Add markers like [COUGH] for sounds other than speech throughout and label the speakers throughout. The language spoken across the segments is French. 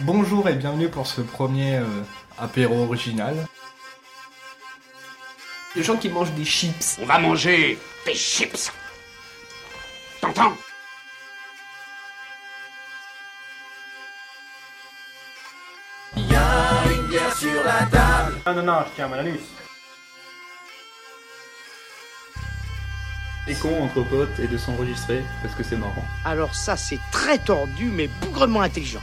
Speaker 1: Bonjour et bienvenue pour ce premier euh, apéro original.
Speaker 2: Les gens qui mangent des chips.
Speaker 3: On va manger des chips. T'entends
Speaker 4: Non, non, non, je tiens à mon anus.
Speaker 5: C'est con entre potes et de s'enregistrer parce que c'est marrant.
Speaker 6: Alors ça, c'est très tordu, mais bougrement intelligent.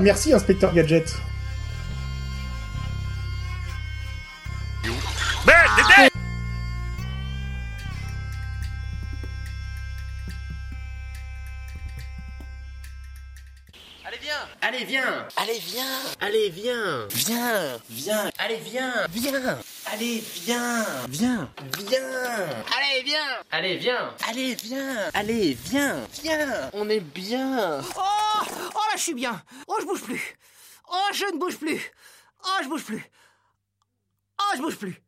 Speaker 7: Merci, inspecteur Gadget.
Speaker 3: Allez, viens
Speaker 6: Allez, viens
Speaker 3: Allez, viens
Speaker 6: Viens
Speaker 3: Viens Allez, viens
Speaker 6: Viens
Speaker 3: Allez, viens
Speaker 6: Viens
Speaker 3: Viens
Speaker 6: Allez, viens
Speaker 3: Allez, viens
Speaker 6: Allez, viens
Speaker 3: Allez, viens
Speaker 6: Viens
Speaker 3: On est bien
Speaker 8: Oh Oh là, je suis bien Oh, je bouge plus Oh, je ne bouge plus Oh, je bouge plus Oh, je bouge plus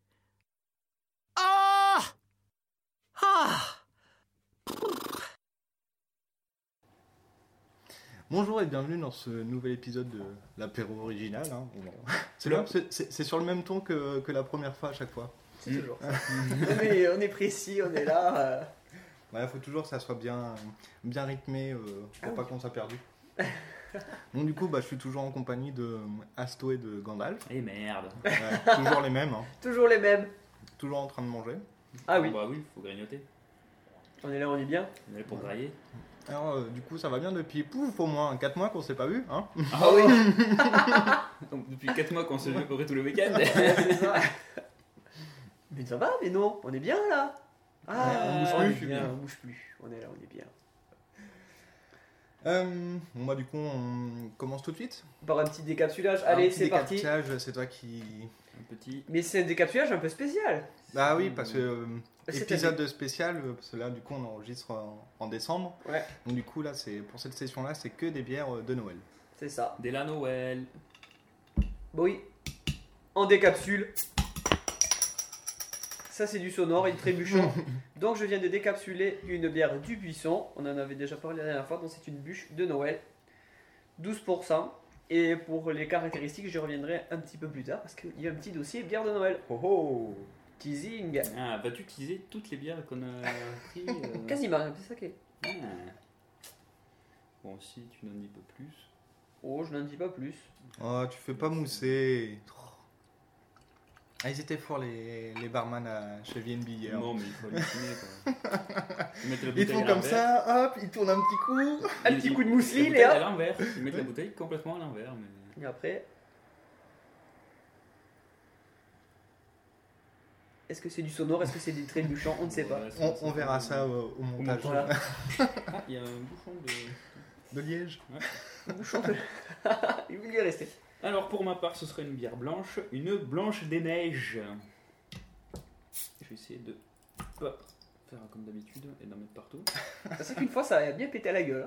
Speaker 8: Oh Ah
Speaker 1: Bonjour et bienvenue dans ce nouvel épisode de l'apéro original. hein. On- C'est le- c'est- c'est- c'est sur le même ton que, que la première fois à chaque fois.
Speaker 2: C'est toujours ça. Mm. [LAUGHS] on, est, on est précis, on est là. euh.
Speaker 1: Il faut toujours que ça soit bien, bien rythmé euh, pour pas qu'on soit perdu. Donc du coup, bah, je suis toujours en compagnie de euh, Asto et de Gandalf.
Speaker 5: Eh merde
Speaker 1: Ouais, toujours les mêmes, hein.
Speaker 2: Toujours les mêmes.
Speaker 1: toujours en train de manger.
Speaker 2: Ah oui,
Speaker 5: Bah oui, faut grignoter.
Speaker 2: on est là, on est bien.
Speaker 5: On est là pour grailler.
Speaker 1: Alors euh, du coup, ça va bien depuis pouf au moins 4 mois qu'on s'est pas vu. Hein
Speaker 5: Ah oui [LAUGHS] Donc depuis 4 mois qu'on se joue à peu près tous les week-ends.
Speaker 2: C'est ça. mais ça va, mais non, on est bien là. Ah,
Speaker 5: Ouais, on bouge plus,
Speaker 2: est
Speaker 5: je suis
Speaker 2: bien,
Speaker 5: bien.
Speaker 2: on bouge plus. On est là, on est bien.
Speaker 1: Euh, bon, bah, du coup, on commence tout de suite.
Speaker 2: Par un petit décapsulage,
Speaker 1: Un
Speaker 2: allez,
Speaker 1: petit
Speaker 2: c'est parti.
Speaker 1: décapsulage, C'est toi qui.
Speaker 5: Un petit.
Speaker 2: Mais c'est un décapsulage un peu spécial.
Speaker 1: Bah oui, parce que euh,
Speaker 2: Cette
Speaker 1: épisode spécial, euh, parce que là, du coup, on enregistre en, en décembre.
Speaker 2: Ouais.
Speaker 1: Donc du coup, là, c'est pour cette session-là, c'est que des bières euh, de Noël.
Speaker 2: C'est ça.
Speaker 5: Dès la Noël.
Speaker 2: Bon, oui. On décapsule. Ça, c'est du sonore et du [LAUGHS] trébuchant. Donc, je viens de décapsuler une bière du buisson. On en avait déjà parlé la dernière fois. Donc, c'est une bûche de Noël. 12%. Et pour les caractéristiques, je reviendrai un petit peu plus tard parce qu'il y a un petit dossier bière de Noël.
Speaker 1: Oh oh
Speaker 2: Teasing.
Speaker 5: Ah, vas-tu utiliser toutes les bières qu'on a
Speaker 2: [LAUGHS]
Speaker 5: prises euh,
Speaker 2: Quasiment, hein, c'est ça qui est.
Speaker 5: ah. Bon, si tu n'en dis pas plus.
Speaker 2: Oh, je n'en dis pas plus.
Speaker 1: Oh, tu fais pas mousser. Ah, ils étaient forts, les, les barman à chez VNB hier.
Speaker 5: Non, mais il faut halluciner quoi. Ils mettent la
Speaker 1: Ils
Speaker 5: bouteille
Speaker 1: font
Speaker 5: à
Speaker 1: comme
Speaker 5: l'envers.
Speaker 1: ça, hop, ils tournent un petit coup.
Speaker 2: Un
Speaker 5: Ils-
Speaker 2: petit
Speaker 5: ils-
Speaker 2: coup de
Speaker 5: la
Speaker 2: mousseline,
Speaker 5: bouteille
Speaker 2: et hop.
Speaker 5: à l'envers. Ils mettent la bouteille complètement à l'envers. Mais...
Speaker 2: Et après. Est-ce que c'est du sonore Est-ce que c'est du trébuchant On ne sait pas.
Speaker 5: Voilà, c'est-
Speaker 1: On,
Speaker 5: c'est-
Speaker 1: on verra ça euh, au
Speaker 5: Au
Speaker 1: montage
Speaker 5: montage.
Speaker 2: Voilà.
Speaker 5: [LAUGHS] Ah, il y a un bouchon de.
Speaker 1: de Liège.
Speaker 2: Bouchon de- [LAUGHS] Il voulait rester.
Speaker 5: Alors pour ma part, ce serait une bière blanche, une blanche des neiges. Je vais essayer de pas faire comme d'habitude et d'en mettre partout.
Speaker 2: C'est qu'une fois, ça a bien pété à la gueule.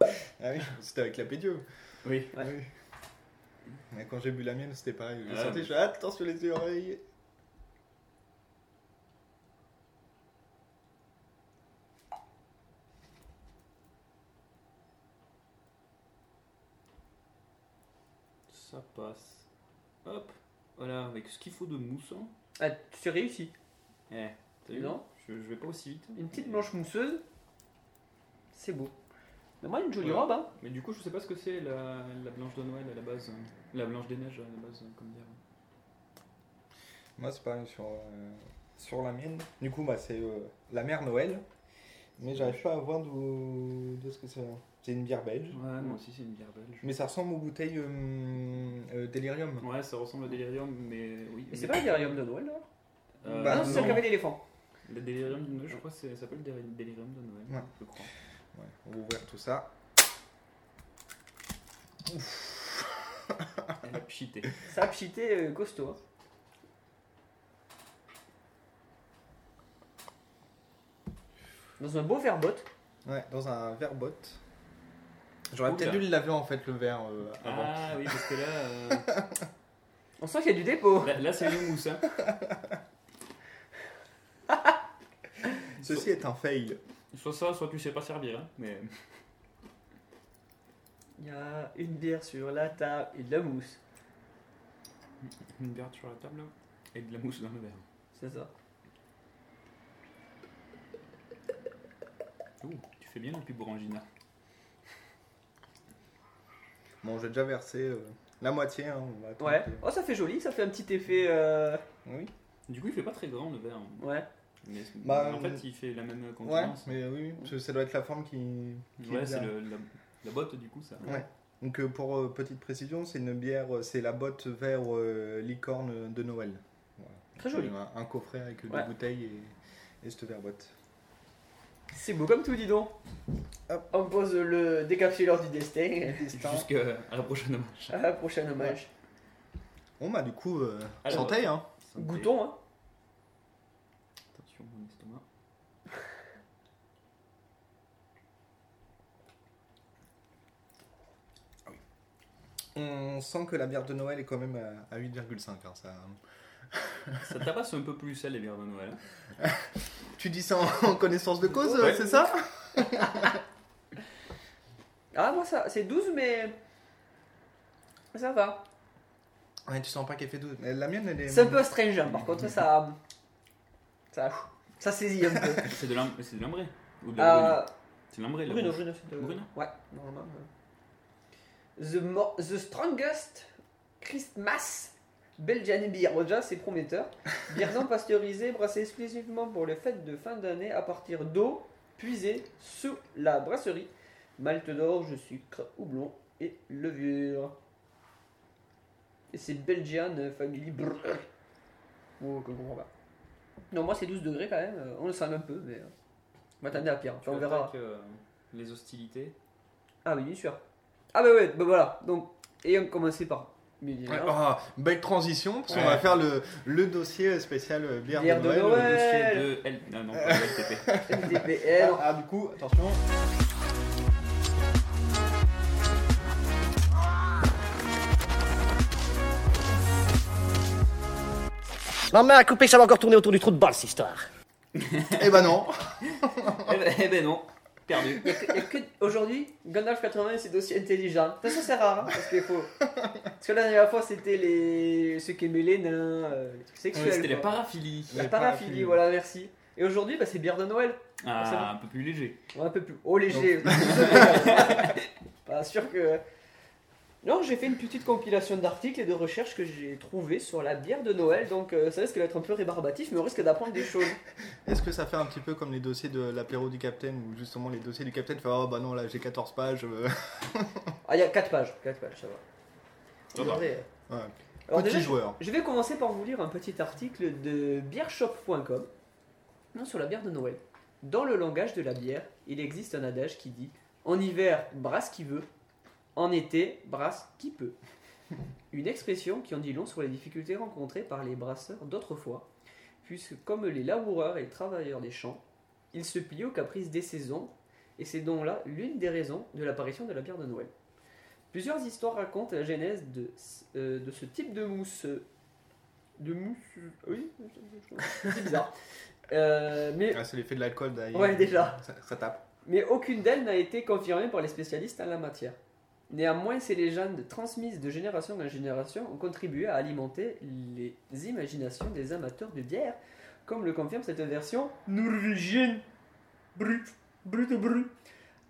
Speaker 2: hein.
Speaker 1: Ah oui, c'était avec la pédio.
Speaker 5: Oui.
Speaker 2: Ouais.
Speaker 1: Oui. Mais quand j'ai bu la mienne, c'était pareil. Je
Speaker 5: Ah,
Speaker 1: sentais,
Speaker 5: mais-
Speaker 1: je fais, attention les oreilles.
Speaker 5: Ça passe. Hop. Voilà, avec ce qu'il faut de mousse. hein.
Speaker 2: Ah, tu réussi.
Speaker 5: Eh, t'as vu
Speaker 2: Non.
Speaker 5: je, je vais pas aussi vite.
Speaker 2: Une petite blanche mousseuse. C'est beau. Mais moi, une jolie
Speaker 5: Ouais.
Speaker 2: robe, hein.
Speaker 5: Mais du coup, je sais pas ce que c'est la, la blanche de Noël à la base. hein. La blanche des neiges à la base, hein, comme dire.
Speaker 1: Moi, c'est pareil sur, euh, sur la mienne. Du coup, bah, c'est euh, la mère Noël. Mais j'arrive pas à voir d'où de ce que c'est. C'est une bière belge.
Speaker 5: Ouais, moi aussi, c'est une bière belge.
Speaker 1: Mais ça ressemble aux bouteilles euh, euh, Delirium.
Speaker 5: Ouais, ça ressemble à Delirium, mais oui.
Speaker 2: Mais c'est pas le dérarium de Noël, là
Speaker 5: Euh,
Speaker 1: Bah,
Speaker 2: Ah non, c'est celle
Speaker 1: non.
Speaker 2: qui avait l'éléphant.
Speaker 5: Le Delirium de Noël, je crois que c'est- ça s'appelle Déri- Delirium de Noël,
Speaker 1: Ouais.
Speaker 5: je crois.
Speaker 1: Ouais, on va ouvrir tout ça.
Speaker 5: Elle a pchité.
Speaker 2: Ça a pchité euh, costaud. hein. Dans un beau verre botte.
Speaker 1: Ouais, dans un verre bot. J'aurais
Speaker 5: Oula.
Speaker 1: Ah peut-être dû le laver en fait, le verre euh, avant.
Speaker 5: Ah oui, parce que là, euh,
Speaker 2: On sent qu'il y a du dépôt.
Speaker 5: Là, là, c'est une mousse. Hein.
Speaker 1: [LAUGHS] Ceci est un fail.
Speaker 5: Soit ça, soit tu sais pas servir. hein. Mais
Speaker 2: Il y a une bière sur la table et de la mousse.
Speaker 5: une bière sur la table hein, et de la mousse dans le verre.
Speaker 2: C'est ça.
Speaker 5: Ouh, tu fais bien le pub Orangina.
Speaker 1: Bon, j'ai déjà versé euh, la moitié. hein, on va attendre
Speaker 2: Ouais.
Speaker 1: que-
Speaker 2: Oh, ça fait joli, ça fait un petit effet. euh,
Speaker 1: Oui.
Speaker 5: Du coup, il fait pas très grand le verre. hein.
Speaker 2: Ouais.
Speaker 5: Mais c'est-
Speaker 1: Bah,
Speaker 5: en
Speaker 1: euh,
Speaker 5: fait, il fait la même
Speaker 1: Ouais,
Speaker 5: contenance.
Speaker 1: mais oui, parce que ça doit être la forme qui. qui est
Speaker 5: Ouais, c'est
Speaker 1: bizarre.
Speaker 5: le- la, la botte du coup ça.
Speaker 1: Ouais. Donc euh, pour euh, petite précision, c'est une bière, euh, c'est la botte vert euh, licorne de Noël.
Speaker 2: Très joli.
Speaker 1: Un, un coffret avec
Speaker 2: Ouais.
Speaker 1: deux bouteilles et, et cette verre botte.
Speaker 2: C'est beau comme tout, dis donc.
Speaker 1: Hop.
Speaker 2: On pose le décapsuleur du destin. [LAUGHS]
Speaker 5: Jusqu'à à la prochaine marche.
Speaker 2: À la prochaine hommage.
Speaker 1: Bon bah du coup, euh,
Speaker 5: Alors,
Speaker 1: santé hein.
Speaker 2: Goûtons, hein.
Speaker 5: Attention, mon estomac.
Speaker 1: On sent que la bière de Noël est quand même à, à 8,5. hein, ça...
Speaker 5: Ça tabasse un peu plus ça les bières de Noël. hein.
Speaker 1: Tu dis ça en, en connaissance de cause, euh,
Speaker 5: Ouais.
Speaker 1: c'est ça
Speaker 2: Ah, moi, ça, c'est 12, mais. Ça va.
Speaker 1: Ouais, tu sens pas qu'elle fait 12. Mais Euh, La mienne elle est.
Speaker 2: C'est un peu astringent, par contre, ça. Ça, ça saisit un peu.
Speaker 5: C'est de l'am- c'est de l'ambré. Ou de la brune.
Speaker 2: Ah,
Speaker 5: C'est de l'ambré. la
Speaker 2: Bruno,
Speaker 5: brune.
Speaker 2: Bruno, c'est de-
Speaker 5: Bruno
Speaker 2: Ouais, normalement. ouais. The, mo- The Strongest Christmas Belgian Beer. Bon, déjà, c'est prometteur. Bière non pasteurisée, brassée exclusivement pour les fêtes de fin d'année à partir d'eau puisée sous la brasserie. Malte d'orge, sucre, houblon et levure. Et c'est Belgian Family Brr. Oh, je comprends pas. Non, moi c'est 12 degrés quand même. Euh, On le sent un peu, mais. euh, On va attendre à pire. Enfin, on
Speaker 5: Tu
Speaker 2: verra.
Speaker 5: attaques, euh, les hostilités.
Speaker 2: Ah oui, bien sûr. Ah bah ouais, bah voilà. Donc, et on commençait par Millionnaire.
Speaker 1: Ouais, ah, belle transition, parce qu'on
Speaker 5: Ouais.
Speaker 1: va faire le, le dossier spécial euh, bière,
Speaker 2: Bière
Speaker 1: de
Speaker 2: de
Speaker 1: Noël.
Speaker 2: Noël.
Speaker 5: Le dossier
Speaker 2: Ouais.
Speaker 5: de L. Ah
Speaker 2: [LAUGHS]
Speaker 5: non, pas de LTP.
Speaker 2: MDPL.
Speaker 1: Ah, ah, du coup, attention.
Speaker 8: Ma main a coupé, ça va encore tourner autour du trou de balle, cette histoire.
Speaker 1: eh ben non.
Speaker 5: Eh ben- Eh ben non, perdu.
Speaker 2: Il y a que- il y a que Aujourd'hui, Gandalf 80, c'est aussi intelligent. De toute façon, c'est rare, hein, parce qu'il faut. Parce que la dernière fois, c'était les... ceux qui aimaient les nains, euh, les trucs sexuels.
Speaker 5: C'était les
Speaker 2: quoi.
Speaker 5: paraphilies.
Speaker 2: La
Speaker 1: Les
Speaker 2: paraphilie,
Speaker 1: paraphilies.
Speaker 2: voilà, merci. Et aujourd'hui, bah, c'est bière de Noël. c'est bon.
Speaker 5: Ah, un peu plus léger.
Speaker 2: On est un peu plus. Oh, léger. [LAUGHS] Pas sûr que. Non, j'ai fait une petite compilation d'articles et de recherches que j'ai trouvées sur la bière de Noël, donc euh, ça risque d'être un peu rébarbatif, mais on risque d'apprendre des choses.
Speaker 1: Est-ce que ça fait un petit peu comme les dossiers de l'apéro du capitaine où justement les dossiers du capitaine font oh bah non là j'ai 14 pages euh.
Speaker 2: Ah, il y a 4 pages, 4 pages, ça va.
Speaker 5: Ça va.
Speaker 2: Regardez.
Speaker 1: Ouais.
Speaker 2: Alors
Speaker 1: petit
Speaker 2: déjà, je-
Speaker 1: joueur.
Speaker 2: je vais commencer par vous lire un petit article de beershop.com non, sur la bière de Noël. Dans le langage de la bière, il existe un adage qui dit En hiver, brasse qui veut, en été, brasse qui peut. [LAUGHS] Une expression qui en dit long sur les difficultés rencontrées par les brasseurs d'autrefois, puisque comme les laboureurs et les travailleurs des champs, ils se plient aux caprices des saisons, et c'est donc là l'une des raisons de l'apparition de la bière de Noël. Plusieurs histoires racontent la genèse de, euh, de ce type de mousse. De mousse. Oui, c'est bizarre. Euh, mais,
Speaker 1: Ah, c'est l'effet de l'alcool d'ailleurs.
Speaker 2: ouais, déjà.
Speaker 1: Ça, ça tape.
Speaker 2: Mais aucune d'elles n'a été confirmée par les spécialistes en la matière. Néanmoins, ces légendes transmises de génération en génération ont contribué à alimenter les imaginations des amateurs de bière, comme le confirme cette version norvégienne. Brut, brut, brut.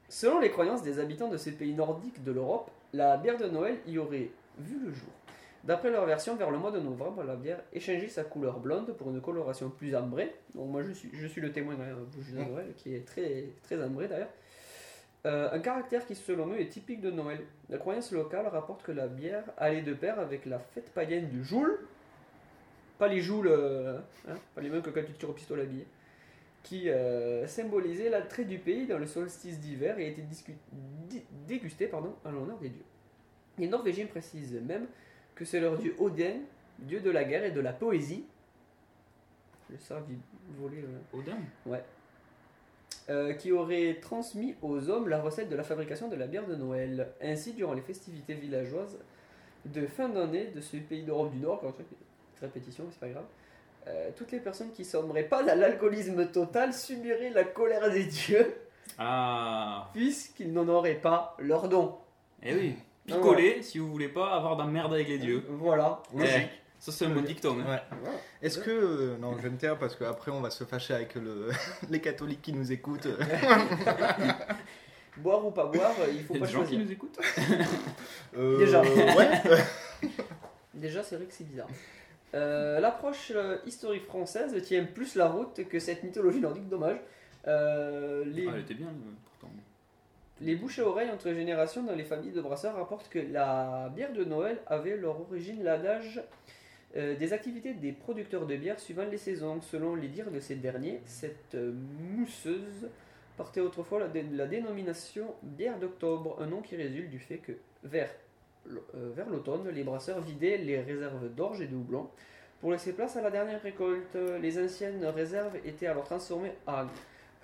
Speaker 2: Selon les croyances des habitants de ces pays nordiques de l'Europe, la bière de Noël y aurait vu le jour. D'après leur version, vers le mois de novembre, la bière échangeait sa couleur blonde pour une coloration plus ambrée. Donc moi, je suis, je suis le témoin hein, de Julien Noël, qui est très, très ambré d'ailleurs. Euh, un caractère qui, selon eux, est typique de Noël. La croyance locale rapporte que la bière allait de pair avec la fête païenne du Joule. Pas les Joules, euh, hein, pas les mêmes que quand tu tires au pistolet à billes. Qui euh, symbolisait l'attrait du pays dans le solstice d'hiver et était discu- di- dégustée pardon, à l'honneur des dieux. Les Norvégiens précisent même que c'est leur dieu Odin, dieu de la guerre et de la poésie. Le savent voler. euh,
Speaker 5: Odin
Speaker 2: euh, qui aurait transmis aux hommes la recette de la fabrication de la bière de Noël. Ainsi, durant les festivités villageoises, de fin d'année de ce pays d'Europe du Nord, quand je répétition, mais c'est pas grave. Euh, toutes les personnes qui sommeraient pas à l'alcoolisme total subiraient la colère des dieux,
Speaker 5: Ah.
Speaker 2: puisqu'ils n'en auraient pas leur don.
Speaker 5: Eh oui.
Speaker 2: Ah,
Speaker 5: Picoler si vous voulez pas avoir d'emmerde avec les dieux.
Speaker 2: Voilà.
Speaker 5: Eh, Ça, c'est un bon dicton. hein.
Speaker 1: Ouais. Est-ce que. euh, non, je vais me taire parce qu'après, on va se fâcher avec le- [LAUGHS] les catholiques qui nous
Speaker 2: [LAUGHS]
Speaker 1: écoutent.
Speaker 2: Boire ou pas boire, euh, il faut
Speaker 5: Il y a
Speaker 2: pas
Speaker 5: des gens qui
Speaker 2: choisir.
Speaker 5: nous écoutent.
Speaker 1: Euh,
Speaker 2: Déjà.
Speaker 1: Ouais.
Speaker 2: [LAUGHS] Déjà, c'est vrai que c'est bizarre. Euh, L'approche euh, historique française tient plus la route que cette mythologie nordique, dommage. Euh, les,
Speaker 5: Ah, elle était bien, euh, pourtant.
Speaker 2: les bouches à oreilles entre générations dans les familles de brasseurs rapportent que la bière de Noël avait leur origine l'adage euh, des activités des producteurs de bière suivant les saisons. Selon les dires de ces derniers, cette euh, mousseuse portait autrefois la, dé- la dénomination bière d'octobre, un nom qui résulte du fait que vers l- euh, vers l'automne, les brasseurs vidaient les réserves d'orge et de houblon pour laisser place à la dernière récolte. Les anciennes réserves étaient alors transformées en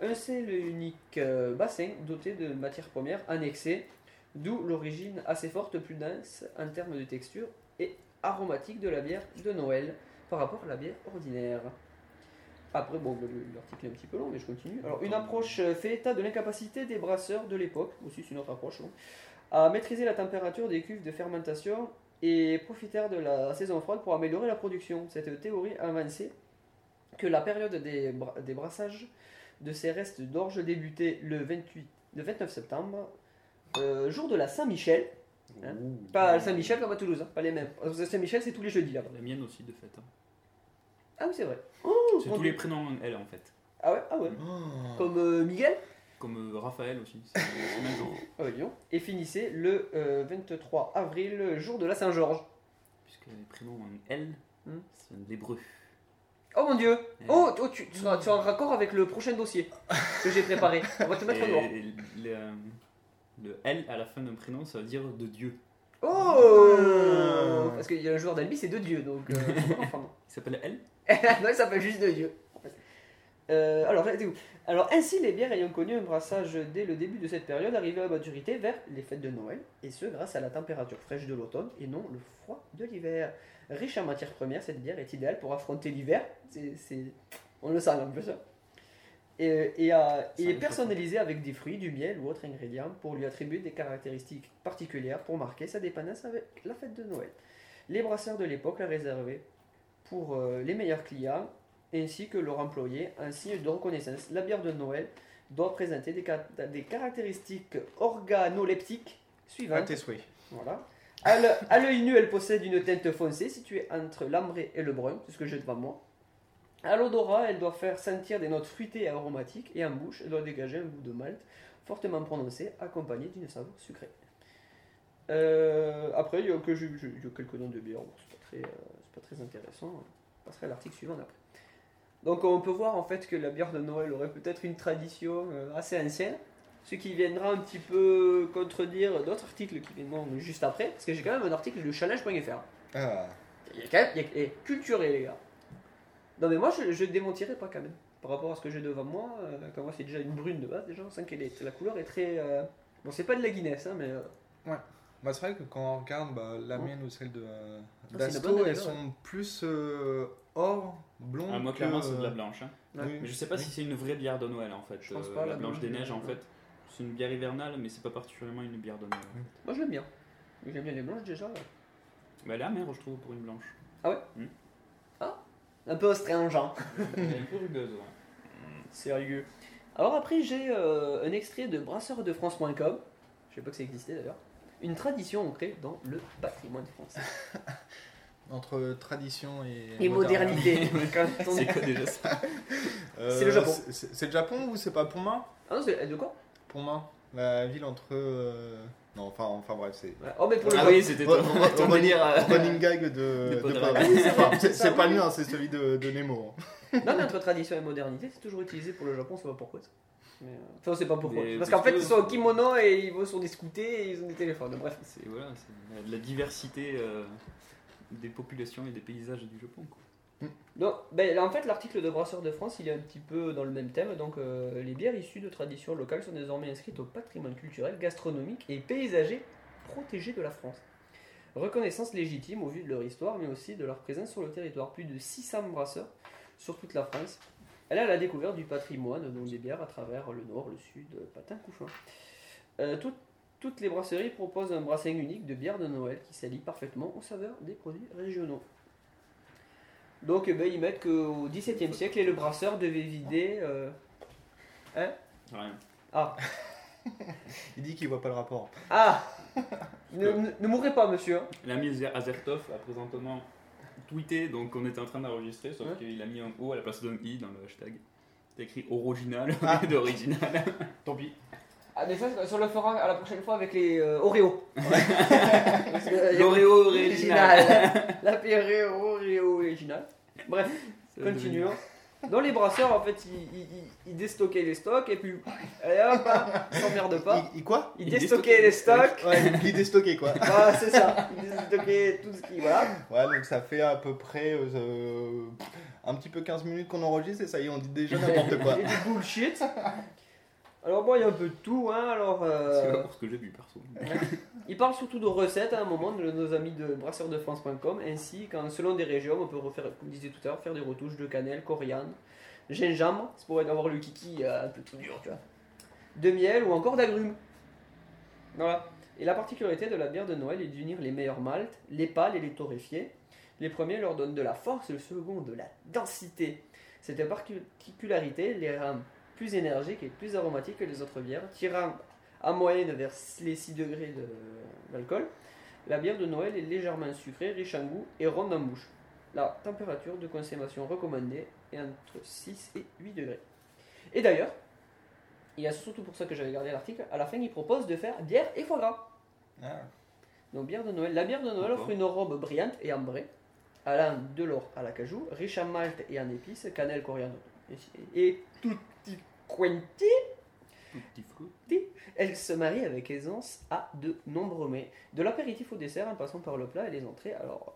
Speaker 2: un seul et unique euh, bassin doté de matières premières annexées, d'où l'origine assez forte, plus dense en termes de texture et aromatique de la bière de Noël par rapport à la bière ordinaire. Après, bon, le- le- l'article est un petit peu long, mais je continue. Alors, une approche euh, fait état de l'incapacité des brasseurs de l'époque, aussi c'est une autre approche, bon, à maîtriser la température des cuves de fermentation et profitèrent de la saison froide pour améliorer la production. Cette théorie avancée que la période des, bra- des brassages de ces restes d'orge débutait le, 28, le 29 septembre, euh, jour de la Saint-Michel. Hein Pas la Saint-Michel comme à Toulouse, hein, pas les mêmes. Parce que Saint-Michel, c'est tous les jeudis là-bas.
Speaker 5: La mienne aussi, de fait. hein.
Speaker 2: Ah oui, c'est vrai.
Speaker 5: C'est
Speaker 2: mon
Speaker 5: tous
Speaker 2: Dieu.
Speaker 5: les prénoms, en L en fait.
Speaker 2: Ah ouais, ah ouais.
Speaker 1: Oh.
Speaker 2: Comme euh, Miguel
Speaker 5: Comme euh, Raphaël aussi. c'est- c'est même genre.
Speaker 2: Ah ouais, dis donc. Et finissait le euh, 23 avril, jour de la Saint-Georges.
Speaker 5: Puisque les prénoms en L,
Speaker 2: Hmm.
Speaker 5: c'est de l'hébreu.
Speaker 2: Oh mon dieu
Speaker 5: Eh.
Speaker 2: Oh, oh, tu, tu seras, tu seras en raccord avec le prochain dossier que j'ai préparé. On va te mettre au
Speaker 5: Et
Speaker 2: noir.
Speaker 5: le, euh, le L à la fin d'un prénom, ça veut dire de Dieu.
Speaker 2: Oh Parce qu'il y a le joueur d'Albi, c'est de Dieu, donc... euh, enfin, non. [LAUGHS]
Speaker 5: Il s'appelle L
Speaker 2: non, il s'appelle juste de Dieu. Euh, alors, j'en étais où alors, ainsi, les bières ayant connu un brassage dès le début de cette période arrivaient à maturité vers les fêtes de Noël, et ce grâce à la température fraîche de l'automne et non le froid de l'hiver. Riche en matières premières, cette bière est idéale pour affronter l'hiver. C'est, c'est- On le sent un peu ça. Et, et, à- et
Speaker 5: Ça,
Speaker 2: est
Speaker 5: je
Speaker 2: personnalisée avec des fruits, du miel ou autres ingrédients pour lui attribuer des caractéristiques particulières pour marquer sa dépendance avec la fête de Noël. Les brasseurs de l'époque la réservaient pour euh, les meilleurs clients ainsi que leurs employés un signe de reconnaissance. La bière de Noël doit présenter des, car- des caractéristiques organoleptiques
Speaker 1: Ah,
Speaker 2: suivantes.
Speaker 1: t'es souhaits.
Speaker 2: Voilà. À l'œ- à l'œil nu, elle possède une teinte foncée située entre l'ambré et le brun, c'est ce que j'ai devant moi. À l'odorat, elle doit faire sentir des notes fruitées et aromatiques, et en bouche, elle doit dégager un goût de malt fortement prononcé, accompagné d'une saveur sucrée. Euh, après, il y, a que- je- je- il y a quelques noms de bière, bon, c'est pas, très, euh, c'est pas très intéressant. On passerait à l'article suivant après. Donc on peut voir en fait que la bière de Noël aurait peut-être une tradition euh, assez ancienne, ce qui viendra un petit peu contredire d'autres articles qui viendront juste après, parce que j'ai quand même un article de challenge.fr.
Speaker 1: Ah.
Speaker 2: Il y a quand même, il y a- eh, culturé les gars. Non mais moi je, je démentirai pas quand même, par rapport à ce que j'ai devant moi, euh, quand moi c'est déjà une brune de base déjà, sans qu'elle est, la couleur est très... euh, bon c'est pas de la Guinness, hein, mais... euh,
Speaker 1: Bah, c'est vrai que quand on regarde bah, la
Speaker 2: Ouais. Ah,
Speaker 1: mienne ou celle de euh,
Speaker 2: c'est
Speaker 1: d'Asto,
Speaker 2: une bonne
Speaker 1: elles
Speaker 2: anecdote.
Speaker 1: sont plus euh, or, blond.
Speaker 5: Ah, Moi,
Speaker 1: que,
Speaker 5: clairement, c'est de la
Speaker 1: euh,
Speaker 5: blanche. hein.
Speaker 2: blanche.
Speaker 1: oui.
Speaker 5: Mais je sais pas si c'est une vraie bière de Noël en fait.
Speaker 2: Je pense
Speaker 5: Euh,
Speaker 2: pas,
Speaker 5: La
Speaker 2: la
Speaker 5: blanche des
Speaker 2: blanche,
Speaker 5: neiges en
Speaker 2: ouais.
Speaker 5: fait. C'est une bière hivernale, mais c'est pas particulièrement une bière de Noël. en fait.
Speaker 2: moi je l'aime bien. J'aime bien les blanches déjà. euh,
Speaker 5: Mais elle est amère, je trouve, pour une blanche.
Speaker 2: Un peu astringent.
Speaker 5: [LAUGHS]
Speaker 2: hein.
Speaker 5: Elle est un peu rugueuse, ouais.
Speaker 2: [LAUGHS] Sérieux. Alors après, j'ai euh, un extrait de brasseurdefrance.com. Je sais pas que ça existait d'ailleurs. Une tradition ancrée dans le patrimoine français.
Speaker 1: Entre tradition et,
Speaker 2: Et modernité. Quand on-
Speaker 5: C'est quoi déjà [LAUGHS] ça
Speaker 1: Euh,
Speaker 2: C'est le Japon.
Speaker 1: C'est c'est le Japon ou c'est pas Ponmain
Speaker 2: Ah non, c'est de quoi
Speaker 1: Ponmain, la ville entre. euh, Non, enfin, enfin bref, c'est.
Speaker 2: Ouais. Oh, mais pour le
Speaker 5: Ah
Speaker 2: voyage.
Speaker 5: oui, c'était ton,
Speaker 1: Re- re-
Speaker 5: ton
Speaker 1: re-
Speaker 5: délire. euh,
Speaker 1: Running gag de,
Speaker 5: Des
Speaker 1: de
Speaker 5: potes
Speaker 1: Paris.
Speaker 5: à la-
Speaker 1: Enfin, c'est- C'est pas le mien, c'est celui de, de Nemo. hein.
Speaker 2: Non, mais entre tradition et modernité, c'est toujours utilisé pour le Japon, c'est pas pourquoi ça. Mais, euh, Enfin, c'est pas pourquoi.
Speaker 5: Mais
Speaker 2: Parce
Speaker 5: parce
Speaker 2: qu'en fait,
Speaker 5: que-
Speaker 2: ils sont en kimono et ils vont sur des scooters et ils ont des téléphones. Bref.
Speaker 5: C'est voilà, c'est de la diversité euh, des populations et des paysages du Japon. Quoi.
Speaker 2: Donc, ben, là, en fait, l'article de Brasseurs de France, il est un petit peu dans le même thème. Donc, euh, les bières issues de traditions locales sont désormais inscrites au patrimoine culturel, gastronomique et paysager protégé de la France. Reconnaissance légitime au vu de leur histoire, mais aussi de leur présence sur le territoire. Plus de 600 brasseurs sur toute la France. Elle a la découverte du patrimoine, donc des bières à travers le nord, le sud, Patin, Couffin. Euh, tout- toutes les brasseries proposent un brassin unique de bière de Noël qui s'allie parfaitement aux saveurs des produits régionaux. Donc eh ben, ils mettent qu'au XVIIe siècle, et le brasseur devait vider... euh, Hein
Speaker 5: Rien.
Speaker 2: Ah
Speaker 1: Il dit qu'il voit pas le rapport.
Speaker 2: [LAUGHS] Ah ne, ne- ne mourrez pas, monsieur. hein.
Speaker 5: L'ami Zer- Azertov a présentement tweeté, donc on était en train d'enregistrer, sauf
Speaker 2: Ouais.
Speaker 5: qu'il a mis un O à la place d'un I dans le hashtag. C'est écrit original au lieu d'original.
Speaker 1: Tant pis.
Speaker 2: Ah, mais ça, on le fera à la prochaine fois avec les euh, Oreo. [LAUGHS] Parce que, euh,
Speaker 5: L'Oreo
Speaker 2: [LAUGHS] La période Oreo original. Bref,
Speaker 5: Ça va
Speaker 2: continuons. Dans les brasseurs, en fait, ils, ils- ils- ils déstockaient les stocks et puis. Allez hop, hein, ils s'emmerdent pas.
Speaker 1: Il, il quoi
Speaker 2: Ils
Speaker 5: ils
Speaker 2: déstockaient les stocks.
Speaker 1: Ouais, il déstocké quoi.
Speaker 2: Voilà, c'est ça. Ils déstockaient tout ce qui. Voilà.
Speaker 1: Ouais, donc ça fait à peu près euh, un petit peu 15 minutes qu'on enregistre et ça y est, on dit déjà n'importe [LAUGHS] quoi.
Speaker 2: Et du bullshit. Alors, bon, il y a un peu de tout, hein. Alors. euh,
Speaker 5: C'est pas pour ce que j'ai vu, perso.
Speaker 2: Il parle surtout de recettes hein, à un moment de nos amis de brasseurdefrance.com ainsi qu'en selon des régions on peut refaire comme je disais tout à l'heure faire des retouches de cannelle, coriandre, gingembre, c'est pour avoir le kiki euh, un peu tout dur tu vois. De miel ou encore d'agrumes. Voilà. Et la particularité de la bière de Noël est d'unir les meilleurs maltes, les pâles et les torréfiés. Les premiers leur donnent de la force, le second de la densité. Cette particularité les rend plus énergiques et plus aromatiques que les autres bières, tirant en moyenne vers les 6 degrés de- d'alcool, la bière de Noël est légèrement sucrée, riche en goût et ronde en bouche. La température de consommation recommandée est entre 6 et 8 degrés. Et d'ailleurs, il y a surtout pour ça que j'avais gardé l'article, à la fin il propose de faire bière et foie gras.
Speaker 1: Ah,
Speaker 2: Donc bière de Noël. La bière de Noël
Speaker 5: D'accord.
Speaker 2: offre une robe brillante et ambrée, allant de l'or à la cajou, riche en malt et en épices, cannelle, coriandre et, et tutti quanti.
Speaker 5: Petit fruit.
Speaker 2: Elle se marie avec aisance à de nombreux mets, de l'apéritif au dessert en passant par le plat et les entrées. Alors,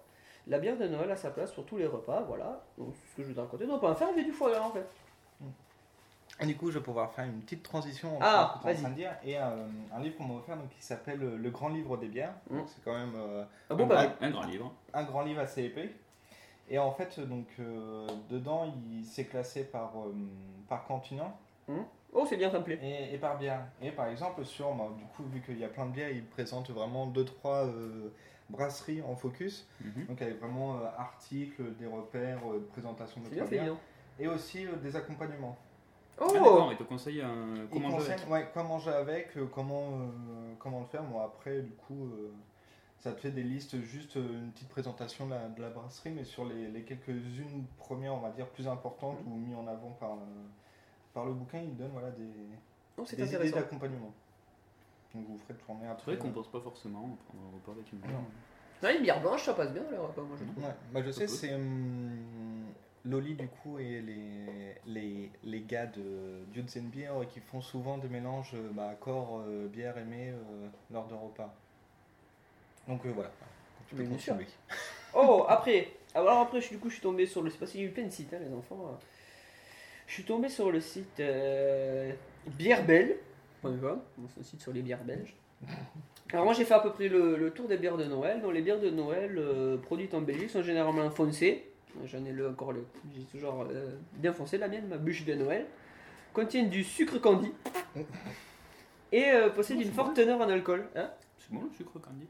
Speaker 2: la bière de Noël a sa place pour tous les repas, voilà. Donc, c'est ce que je vous ai raconté, on peut en faire avec du foie gras en fait.
Speaker 1: Du coup, je vais pouvoir faire une petite transition entre
Speaker 2: Ah,
Speaker 1: ce que t'es en
Speaker 2: vas-y.
Speaker 1: train de dire et euh, un livre qu'on m'a offert donc, qui s'appelle euh, Le Grand Livre des bières.
Speaker 2: Mm.
Speaker 1: Donc, C'est quand même euh,
Speaker 2: Ah bon,
Speaker 1: Un
Speaker 2: bah,
Speaker 1: brin.
Speaker 5: Un grand livre.
Speaker 1: un grand livre assez épais. Et en fait, donc euh, dedans, il s'est classé par, euh, par continent
Speaker 2: oh, c'est bien simple.
Speaker 1: et, et par bière. Et par exemple, sur, bah, du coup, vu qu'il y a plein de bières, il présente vraiment 2-3 brasseries en focus.
Speaker 5: Mhm.
Speaker 1: Donc avec vraiment euh, articles, des repères, euh, présentation de
Speaker 2: C'est bien
Speaker 1: trois
Speaker 2: fait,
Speaker 1: bières.
Speaker 2: dis donc.
Speaker 1: Et aussi euh, des accompagnements.
Speaker 5: Ah,
Speaker 2: Oh
Speaker 5: d'accord, il te conseille un.
Speaker 1: Il
Speaker 5: Comment je
Speaker 1: conseille- ouais, quoi manger avec, euh, comment, euh, comment le faire. Bon, après, du coup, euh, ça te fait des listes, juste euh, une petite présentation de la, de la brasserie, mais sur les, les quelques-unes premières, on va dire, plus importantes ou mises en avant par, euh, par le bouquin, il donne voilà, des,
Speaker 2: Non, c'est
Speaker 1: des idées
Speaker 2: intéressant.
Speaker 1: d'accompagnement. Donc vous ferez tourner un euh,
Speaker 5: C'est vrai
Speaker 1: truc.
Speaker 5: qu'on pense pas forcément à prendre un repas avec une bière.
Speaker 1: Non.
Speaker 2: Non, une bière blanche, ça passe bien, les repas, moi je trouve.
Speaker 1: Ouais, bah, je sais,
Speaker 5: Cool.
Speaker 1: c'est hum, Loli du coup et les, les, les gars de Dudes and Beer qui font souvent des mélanges euh, bah, corps, euh, bière aimée lors de repas. Donc euh, voilà. Tu peux
Speaker 2: Mais bien sûr.
Speaker 1: continuer.
Speaker 2: Oh, après, alors après, je- du coup, je suis tombé sur le site, parce qu'il y a eu plein de sites, hein, les enfants. euh. Je suis tombé sur le site euh, bièrebelle.com, donc c'est un site sur les bières belges. Alors moi, j'ai fait à peu près le, le tour des bières de Noël. Donc les bières de Noël euh, produites en Belgique sont généralement foncées. J'en ai le encore le, j'ai toujours euh, bien foncé la mienne, ma bûche de Noël contiennent du sucre candy et euh, possèdent une forte teneur en alcool. Hein
Speaker 5: C'est bon le sucre candy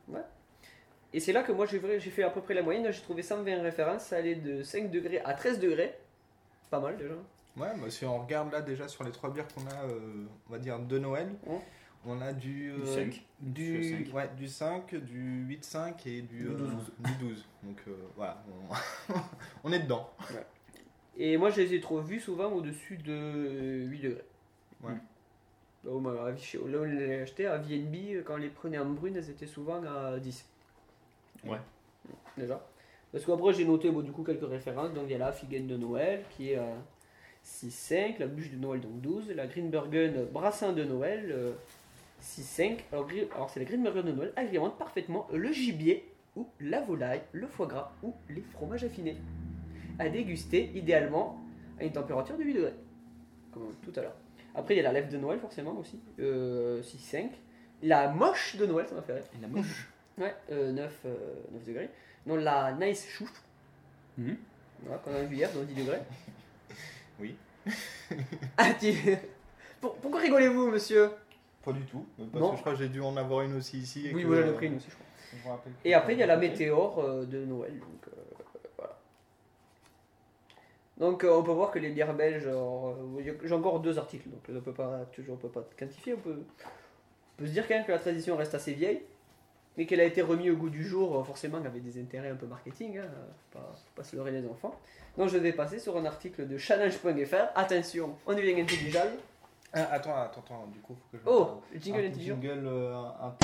Speaker 2: et c'est là que moi j'ai vrai- j'ai fait à peu près la moyenne, j'ai trouvé 120 références, ça allait de 5 degrés à 13 degrés. Pas mal déjà.
Speaker 1: Ouais, bah, si on regarde là déjà sur les trois bières qu'on a, euh, on va dire de Noël,
Speaker 2: Ouais.
Speaker 1: on a du,
Speaker 5: Du
Speaker 1: euh,
Speaker 5: cinq.
Speaker 1: du,
Speaker 5: Du cinq.
Speaker 1: ouais, du 5, du 8-5 et du,
Speaker 5: Du
Speaker 1: euh,
Speaker 5: douze.
Speaker 1: du 12. Donc euh, voilà, on, [LAUGHS] on est dedans.
Speaker 2: Et moi je les ai trop vus souvent au-dessus de 8 degrés. Bah,
Speaker 1: Ouais.
Speaker 2: Là, on m'a- chez- là, on les achetait à VNB, quand on les prenait en brune, elles étaient souvent à 10.
Speaker 5: Ouais.
Speaker 2: Déjà. Parce qu'après j'ai noté bon, du coup quelques références, donc il y a la Figaine de Noël qui est à 6-5, la Bûche de Noël donc 12, la Greenbergen Brassin de Noël. euh, 6-5. Alors, gri- alors, c'est les green burgers de Noël agrémentent parfaitement le gibier ou la volaille, le foie gras ou les fromages affinés. À déguster idéalement à une température de 8 degrés. Comme tout à l'heure. Après, il y a la lèvre de Noël forcément aussi. euh, 6-5. La moche de Noël, ça m'a fait rire.
Speaker 5: Et la moche
Speaker 2: Ouais, euh, 9, euh, 9 degrés. Non, la Nice Chouf,
Speaker 5: Mhm.
Speaker 2: voilà, qu'on a vu hier, dans 10 degrés.
Speaker 1: [LAUGHS] Oui.
Speaker 2: ah, tu- Pour- Pourquoi rigolez-vous, monsieur
Speaker 1: Pas du tout. mais Parce
Speaker 2: Non.
Speaker 1: que je crois que j'ai dû en avoir une aussi ici. et
Speaker 2: Oui,
Speaker 1: que,
Speaker 2: voilà le
Speaker 1: euh,
Speaker 2: prix, nous aussi, je crois.
Speaker 1: je me rappelle que-
Speaker 2: Et après, il y a la météore euh, de Noël. Donc, euh, voilà. Donc, euh, on peut voir que les bières belges. alors, euh, il y a- J'ai encore deux articles, donc on peut pas toujours on peut pas quantifier. On peut, on peut se dire quand même que la tradition reste assez vieille, mais qu'elle a été remise au goût du jour, euh, forcément avec des intérêts un peu marketing. Hein, faut, pas, faut pas se leurrer les enfants. Donc, je vais passer sur un article de challenge.fr. Attention, on devient intelligeable.
Speaker 1: Ah, attends, attends, attends, du coup, faut que je.
Speaker 2: Oh, le
Speaker 1: Un
Speaker 2: jingle
Speaker 1: petit
Speaker 2: intelligent.
Speaker 1: jingle, euh, un- un-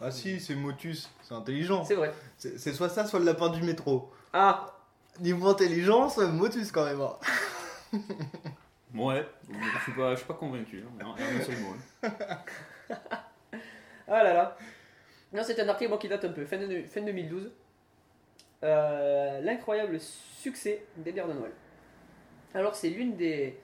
Speaker 1: Ah si, c'est Motus, c'est intelligent.
Speaker 2: C'est vrai.
Speaker 1: C'est c'est soit ça, soit le lapin du métro.
Speaker 2: Ah,
Speaker 1: Niveau intelligence, Motus quand même. hein.
Speaker 5: Ouais, je suis pas, je suis pas convaincu. hein. Non, un seul mot, hein.
Speaker 2: Ah là là. Non, c'est un article bon, qui date un peu, fin, de- fin 2012. Euh, L'incroyable succès des bières de Noël. Alors, c'est l'une des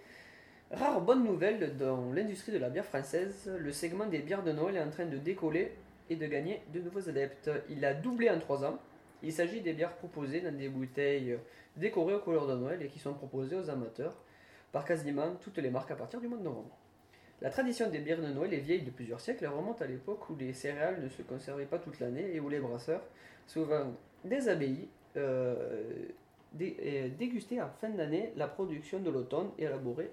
Speaker 2: rares bonnes nouvelles dans l'industrie de la bière française. Le segment des bières de Noël est en train de décoller et de gagner de nouveaux adeptes. Il a doublé en 3 ans. Il s'agit des bières proposées dans des bouteilles décorées aux couleurs de Noël et qui sont proposées aux amateurs par quasiment toutes les marques à partir du mois de novembre. La tradition des bières de Noël est vieille de plusieurs siècles et remonte à l'époque où les céréales ne se conservaient pas toute l'année et où les brasseurs, souvent des abbayes, euh, dé- euh, dégustaient en fin d'année la production de l'automne et élaborée,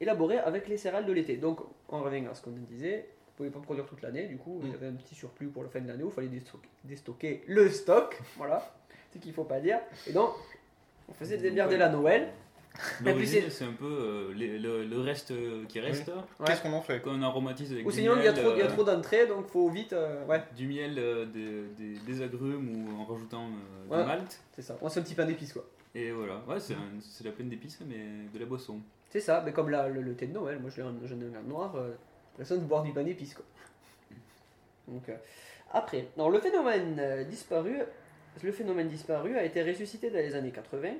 Speaker 2: élaborée avec les céréales de l'été. Donc, on revient à ce qu'on disait, vous ne pouvez pas produire toute l'année, du coup, il y avait un petit surplus pour la fin de l'année où il fallait déstocker, déstocker le stock, [LAUGHS] voilà, ce qu'il ne faut pas dire. Et donc, on faisait des bières dès la Noël. puis
Speaker 5: L'origine,
Speaker 2: c'est-
Speaker 5: c'est un peu euh, les- le, le reste euh, qui reste.
Speaker 1: Qu'est-ce qu'on en fait
Speaker 5: Quand on aromatise avec
Speaker 2: Ou
Speaker 5: du
Speaker 2: sinon, il y a
Speaker 5: miel,
Speaker 2: trop, il y a
Speaker 5: euh,
Speaker 2: trop d'entrées, donc faut vite. euh, ouais.
Speaker 5: du miel, euh, des, des- des agrumes ou en rajoutant euh,
Speaker 2: Ouais.
Speaker 5: du malt.
Speaker 2: C'est ça, on se fait un petit pain d'épices quoi.
Speaker 5: Et voilà, ouais, c'est un- c'est la peine d'épices, mais de la boisson.
Speaker 2: C'est ça, mais comme la- le, le thé de Noël, moi je l'ai en- j'en ai un noir, euh, personne de boire du pain d'épices quoi. Donc, euh, après, alors, le phénomène euh, disparu, le phénomène disparu a été ressuscité dans les années 80.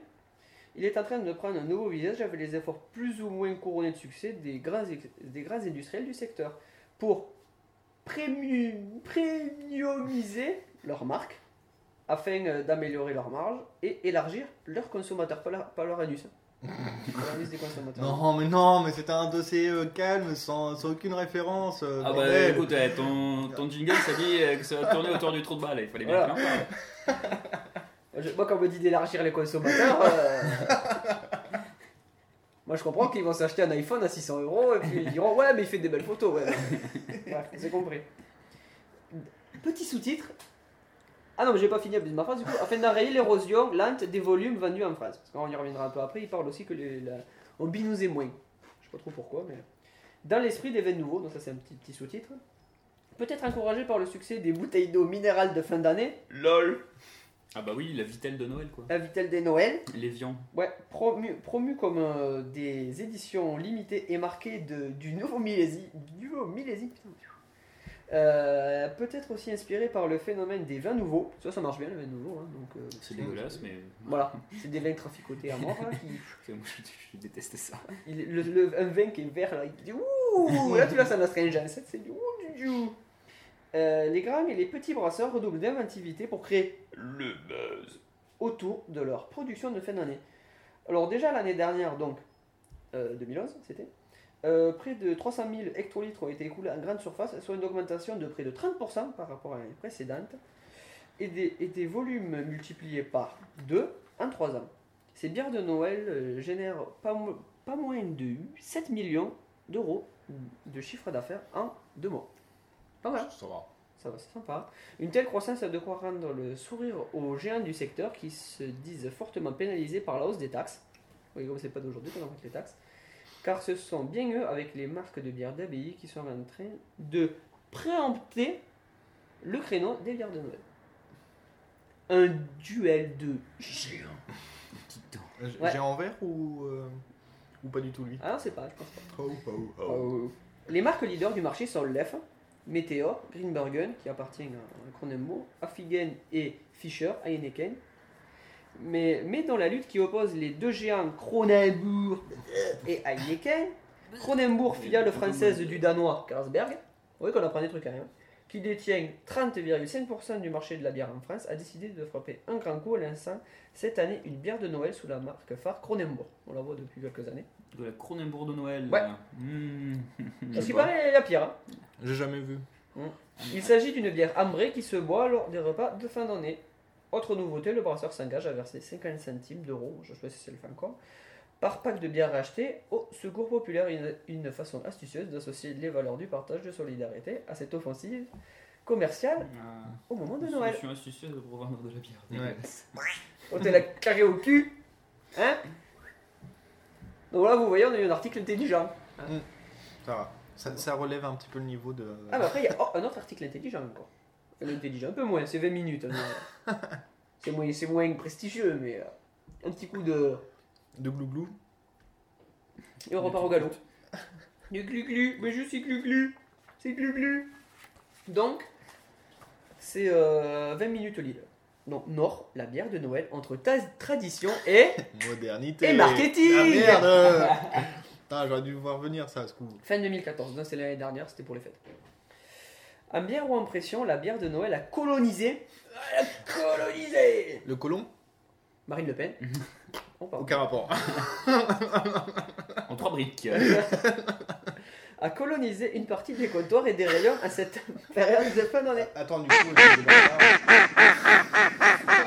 Speaker 2: Il est en train de prendre un nouveau visage avec les efforts plus ou moins couronnés de succès des grands, ex- des grands industriels du secteur pour prému- premiumiser leur marque afin euh, d'améliorer leur marge et élargir leurs consommateurs, pas, leur- pas leur anus. hein. Leur anus des consommateurs.
Speaker 1: Non, mais non, mais c'était un dossier euh, calme, sans, sans aucune référence. euh,
Speaker 5: Ah bah
Speaker 1: bordel.
Speaker 5: écoute, eh, ton, ton jingle, ça dit euh, que ça va tourner autour du trou de balle. Il fallait bien
Speaker 2: Voilà.
Speaker 5: que l'on parle.
Speaker 2: Je- moi, quand on me dit d'élargir les consommateurs, euh, moi je comprends qu'ils vont s'acheter un iPhone à 600 euros et puis ils diront Ouais, mais il fait des belles photos. Ouais, Bref, c'est compris. Petit sous-titre. Ah non, mais j'ai pas fini à ma phrase du coup. Afin d'enrayer l'érosion lente des volumes vendus en France. Parce qu'on y reviendra un peu après, il parle aussi que les, la- on binousait moins. Je sais pas trop pourquoi, mais. Dans l'esprit des vins nouveaux, donc ça c'est un petit, petit sous-titre. Peut-être encouragé par le succès des bouteilles d'eau minérale de fin d'année. LOL
Speaker 5: Ah bah oui, la vitelle de Noël, quoi.
Speaker 2: La vitelle des Noël.
Speaker 5: Les viands.
Speaker 2: Ouais, promu, promu comme euh, des éditions limitées et marquées de, du nouveau millésime. Du nouveau millésime, putain. Euh, Peut-être aussi inspiré par le phénomène des vins nouveaux. Ça, ça marche bien, les vins nouveaux. hein, donc, euh,
Speaker 5: C'est dégueulasse, mais. [LAUGHS]
Speaker 2: Voilà, c'est des vins traficotés à mort. hein, qui-
Speaker 5: Moi, je, je déteste ça.
Speaker 2: il- le, le- un vin qui est vert, là, il dit Ouh Là, tu l'as, ça la stringence. ça, C'est du ouh du du. Euh, les grands et les petits brasseurs redoublent d'inventivité pour créer le buzz autour de leur production de fin d'année. Alors, déjà l'année dernière, donc euh, 2011, c'était euh, près de 300 000 hectolitres ont été écoulés en grande surface, soit une augmentation de près de 30% par rapport à l'année précédente, et des, et des volumes multipliés par 2 en 3 ans. Ces bières de Noël euh, génèrent pas, mo- pas moins de 7 millions d'euros de chiffre d'affaires en deux mois. Pas mal.
Speaker 1: Ça va.
Speaker 2: Ça va, c'est sympa. Une telle croissance a de quoi rendre le sourire aux géants du secteur qui se disent fortement pénalisés par la hausse des taxes. Oui, comme c'est pas d'aujourd'hui qu'on augmente les taxes. Car ce sont bien eux, avec les marques de bières d'abbaye, qui sont en train de préempter le créneau des bières de Noël. Un duel de géants.
Speaker 1: Euh, J'ai
Speaker 2: Ouais.
Speaker 1: j'ai en vert ou, euh, ou pas du tout lui
Speaker 2: Ah non, c'est pas, je pense pas.
Speaker 1: Oh, oh, oh.
Speaker 2: Euh, Les marques leaders du marché sont Lef, Meteor, Greenbergen, qui appartient à Cronenbourg, Affigen et Fischer, Heineken. Mais, mais dans la lutte qui oppose les deux géants Cronenbourg et Heineken, Cronenbourg, filiale française du danois Carlsberg, oui qu'on apprend des trucs quand même, qui détient 30,5% du marché de la bière en France, a décidé de frapper un grand coup en lançant cette année une bière de Noël sous la marque phare Cronenbourg. On la voit depuis quelques années.
Speaker 5: De la Cronenbourg de Noël.
Speaker 2: Ouais.
Speaker 5: Hmm.
Speaker 2: Parce
Speaker 5: [LAUGHS]
Speaker 2: qu'il paraît la pire. hein.
Speaker 9: J'ai jamais vu.
Speaker 2: Il s'agit d'une bière ambrée qui se boit lors des repas de fin d'année. Autre nouveauté, le brasseur s'engage à verser 50 centimes d'euros, je sais pas si c'est le fin encore, par pack de bière rachetée au Secours Populaire. Une, une façon astucieuse d'associer les valeurs du partage de solidarité à cette offensive commerciale
Speaker 5: Ah,
Speaker 2: au moment de
Speaker 5: une
Speaker 2: Noël.
Speaker 5: solution astucieuse pour vendre de la bière.
Speaker 2: On te l'a carré au cul, hein Donc là, vous voyez, on a eu un article intelligent.
Speaker 1: Ça va. Ça, ça relève un petit peu le niveau de.
Speaker 2: Ah, mais après, il y a oh, un autre article intelligent encore. Enfin, intelligent, un peu moins, c'est 20 minutes. hein, mais- c'est moins, c'est moins prestigieux, mais euh, un petit coup de.
Speaker 1: De glouglou.
Speaker 2: Et on repart au galop. Du glu-glu, mais je suis glu-glu. C'est glu-glu. Donc, c'est euh, 20 minutes Lille. Donc, Nord, la bière de Noël entre ta- tradition et
Speaker 1: Modernité.
Speaker 2: Et marketing
Speaker 1: Ah, merde Putain, j'aurais dû voir venir ça à ce coup.
Speaker 2: fin 2014. Donc, c'est l'année dernière, c'était pour les fêtes. En bière ou en pression, la bière de Noël a colonisé. Elle a colonisé
Speaker 1: Le colon
Speaker 2: Marine Le Pen. [LAUGHS] On parle.
Speaker 1: Aucun rapport.
Speaker 5: En trois briques.
Speaker 2: a colonisé une partie des comptoirs et des rayons à cette [LAUGHS] période de fin d'année.
Speaker 1: Attends, du coup, je vais-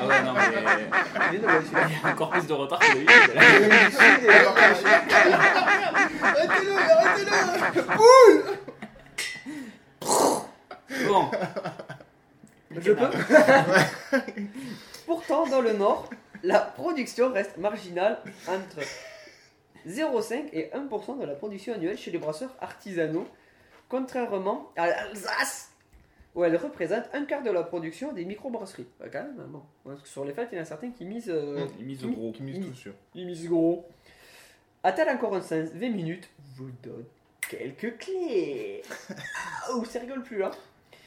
Speaker 5: Ah ouais, non, mais
Speaker 2: Il est de Noël, celui-là.
Speaker 5: il y a encore plus de retard que
Speaker 2: [LAUGHS]
Speaker 5: d'habitude.
Speaker 2: Il est du sud et alors-
Speaker 1: Arrêtez-le, arrêtez-le
Speaker 5: Bon,
Speaker 2: [LAUGHS] Je peux Pourtant, dans le Nord, la production reste marginale entre 0,5 et 1% de la production annuelle chez les brasseurs artisanaux, contrairement à l'Alsace, où elle représente un quart de la production des microbrasseries. Ouais, quand même, bon. Parce que sur les fêtes, il y en a certains qui misent, euh,
Speaker 5: il mise au gros.
Speaker 1: Qui mise tout sur.
Speaker 2: ils misent gros. A-t-elle encore un sens 20 minutes vous donne quelques clés. Ah, oh, ça rigole plus là.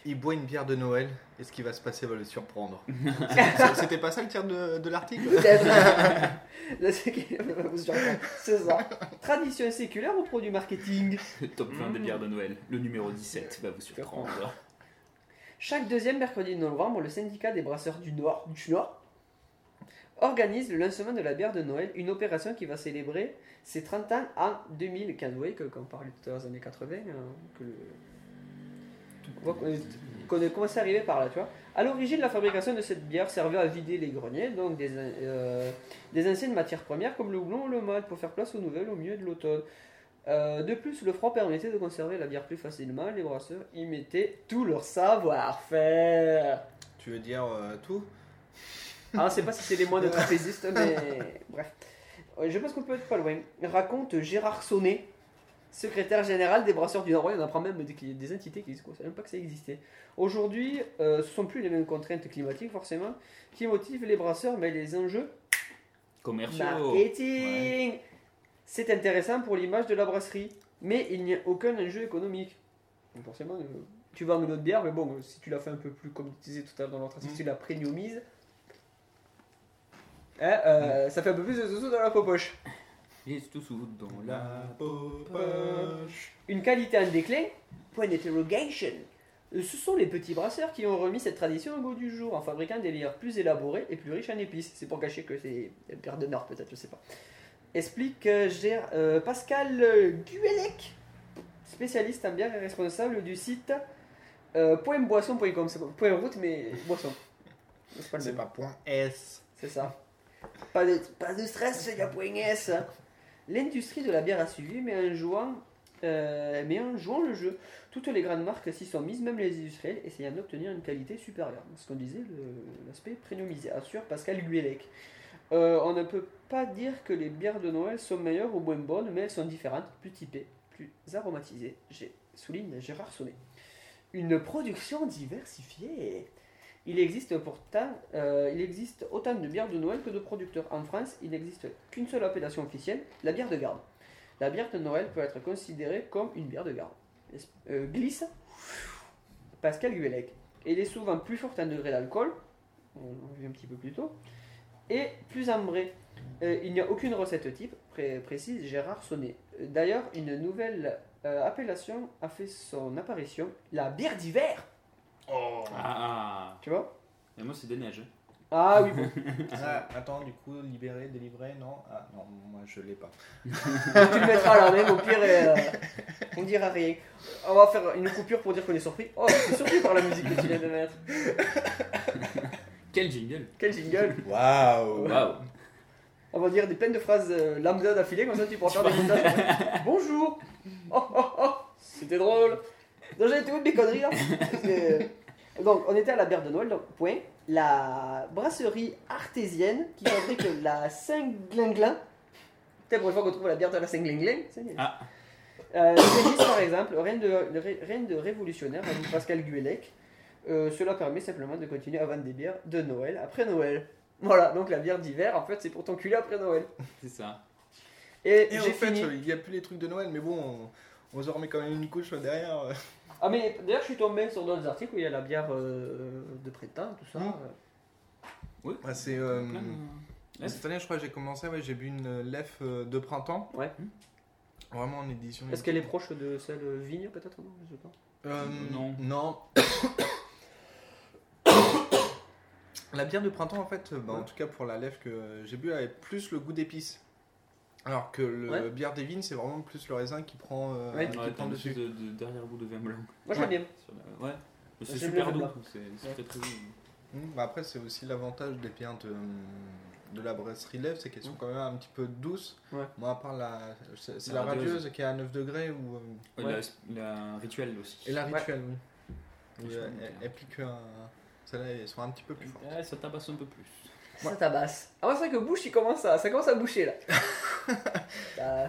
Speaker 1: Il boit une bière de Noël et ce qui va se passer va le surprendre. C'est- C'était pas ça le titre de, de l'article
Speaker 2: Peut-être. Là, c'est [LAUGHS] que- vous surprendre. C'est ça. Tradition séculaire ou produit marketing
Speaker 5: Le [LAUGHS] top 20 des bières de Noël. Le numéro 17 va vous surprendre.
Speaker 2: Chaque deuxième mercredi de novembre, le syndicat des brasseurs du Nord, du Nord organise le lancement de la bière de Noël, une opération qui va célébrer ses 30 ans en 2015. Vous voyez que quand on parlait tout à l'heure des années 80, euh, que le- on voit qu'on est- qu'on est commencé à arriver par là, tu vois. À l'origine, la fabrication de cette bière servait à vider les greniers, donc des, euh, des anciennes matières premières comme le houblon ou le malt, pour faire place aux nouvelles au milieu de l'automne. Euh, de plus, le froid permettait de conserver la bière plus facilement. Les brasseurs y mettaient tout leur savoir-faire.
Speaker 1: Tu veux dire euh, tout
Speaker 2: Ah, c'est pas si c'est les moines de trapézistes, mais bref. Euh, Je pense qu'on peut être pas loin. Raconte Gérard Sonnet, secrétaire général des brasseurs du Nord. Ouais, On apprend même des, qu'il y a des entités qui existent, on savait même pas que ça existait. Aujourd'hui, euh, ce sont plus les mêmes contraintes climatiques, forcément, qui motivent les brasseurs, mais les enjeux
Speaker 5: Commerciaux.
Speaker 2: Bah, marketing. C'est intéressant pour l'image de la brasserie, mais il n'y a aucun enjeu économique. Donc forcément, euh, tu vends une autre bière, mais bon, euh, si tu la fais un peu plus, comme tu disais tout à l'heure dans l'autre, si tu la premiumises, hein, euh, ça fait un peu plus de sous dans la poche.
Speaker 5: Et c'est tout sous dans la.
Speaker 2: Une qualité en déclin Point d'interrogation. Euh, Ce sont les petits brasseurs qui ont remis cette tradition au goût du jour en fabriquant des bières plus élaborées et plus riches en épices. C'est pour cacher que c'est une bière de Nord, peut-être, je sais pas. Explique euh, Gér- euh, Pascal euh, Guelec, spécialiste en bière et responsable du site euh, pointboisson.com. C'est point route, mais boisson. C'est pas le
Speaker 1: C'est
Speaker 2: même.
Speaker 1: pas point S.
Speaker 2: C'est ça. Pas de, pas de stress, il y a point S. L'industrie de la bière a suivi, mais en jouant, euh, mais en jouant le jeu. Toutes les grandes marques s'y sont mises, même les industriels, essayant d'obtenir une qualité supérieure. Ce qu'on disait, le- l'aspect premiumisé, assure Pascal Guélec. Euh, on ne peut pas dire que les bières de Noël sont meilleures ou moins bonnes, mais elles sont différentes, plus typées, plus aromatisées, J'ai- souligne Gérard Sonnet. Une production diversifiée. Il existe pourtant, euh, il existe autant de bières de Noël que de producteurs. En France, il n'existe qu'une seule appellation officielle, la bière de garde. La bière de Noël peut être considérée comme une bière de garde. Es- euh, glisse Pascal Guélec. Elle est souvent plus forte en degré d'alcool, on l'a vu un petit peu plus tôt, et plus ambrée. Euh, il n'y a aucune recette type, pré- précise Gérard Sonnet. Euh, D'ailleurs, une nouvelle euh, appellation a fait son apparition, la bière d'hiver,
Speaker 5: Ah, ah.
Speaker 2: tu vois
Speaker 5: Et moi, c'est des neiges. hein.
Speaker 2: Ah oui, bon,
Speaker 1: Ah, attends, du coup, libéré, délivré, non Ah non, moi je l'ai pas.
Speaker 2: tu le mettras là même, au pire, et, euh, on dira rien. On va faire une coupure pour dire qu'on est surpris. Oh, je suis surpris par la musique que tu viens de mettre.
Speaker 5: Quel jingle
Speaker 2: Quel jingle
Speaker 1: Waouh
Speaker 5: Waouh
Speaker 2: On va dire des pleines de phrases euh, lambda d'affilée, comme ça tu pourras faire des montages. [LAUGHS] Bonjour Oh oh oh C'était drôle Donc j'ai été où de mes conneries là Parce que- Donc on était à la bière de Noël, donc point. La brasserie artésienne qui fabrique la Saint-Glinglin. Peut-être pour une fois qu'on trouve la bière de la Saint-Glinglin. c'est bien.
Speaker 5: Ah.
Speaker 2: Euh, Zélis, par exemple, rien de, de ré- rien de révolutionnaire, ajoute Pascal Guélec. Euh, cela permet simplement de continuer à vendre des bières de Noël après Noël. Voilà, donc la bière d'hiver, en fait, c'est pour t'enculer après Noël.
Speaker 5: C'est ça.
Speaker 2: Et,
Speaker 1: Et en
Speaker 2: j'ai
Speaker 1: fait,
Speaker 2: fini.
Speaker 1: il n'y a plus les trucs de Noël, mais bon, on, on se remet quand même une couche derrière.
Speaker 2: Ah, mais d'ailleurs, je suis tombé sur d'autres articles où il y a la bière euh, de printemps, tout ça. Euh,
Speaker 1: Mmh. Ouais, c'est. euh,
Speaker 5: Plein de- Lef.
Speaker 1: cette année, je crois que j'ai commencé, ouais, j'ai bu une lef euh, de printemps.
Speaker 2: Ouais.
Speaker 1: Vraiment en édition.
Speaker 2: Est-ce qu'elle est proche de celle euh, vigne, peut-être Non, je sais pas.
Speaker 1: Euh,
Speaker 5: Non.
Speaker 1: Non. [COUGHS] la bière de printemps, en fait, bah, en tout cas pour la lèvre que j'ai bu, elle avait plus le goût d'épices. Alors que le
Speaker 2: Ouais.
Speaker 1: bière des vignes, c'est vraiment plus le raisin qui prend, euh,
Speaker 2: Ouais.
Speaker 1: qui
Speaker 5: Ouais, t'as
Speaker 1: prend
Speaker 5: un
Speaker 1: dessus.
Speaker 5: espèce de, de derrière goût de vin blanc.
Speaker 2: Moi, je l'aime bien.
Speaker 5: Sur la- Ouais. Mais c'est
Speaker 2: J'aime
Speaker 5: super
Speaker 2: bien
Speaker 5: doux.
Speaker 2: le
Speaker 5: C'est c'est
Speaker 2: Ouais.
Speaker 5: très très doux.
Speaker 1: Mm, bah après, c'est aussi l'avantage des bières de, de la brasserie lèvre, c'est qu'elles sont quand même un petit peu douces.
Speaker 2: Ouais.
Speaker 1: Moi, à part la, c'est c'est
Speaker 5: La
Speaker 1: la,
Speaker 5: radieuse.
Speaker 1: radieuse qui est à 9 degrés ou, euh,
Speaker 5: Ouais,
Speaker 2: Ouais.
Speaker 5: La, la rituel aussi.
Speaker 1: et la
Speaker 2: Ouais.
Speaker 1: rituelle, oui. Et,
Speaker 5: Franchement,
Speaker 1: euh,
Speaker 5: bien.
Speaker 1: elle- elle pique un. Celles-là, elles sont un petit peu plus fortes.
Speaker 5: Ouais, ça tabasse un peu plus.
Speaker 2: Ça tabasse. Ah, moi, c'est vrai que bouche, il commence à... ça commence à boucher là. Euh,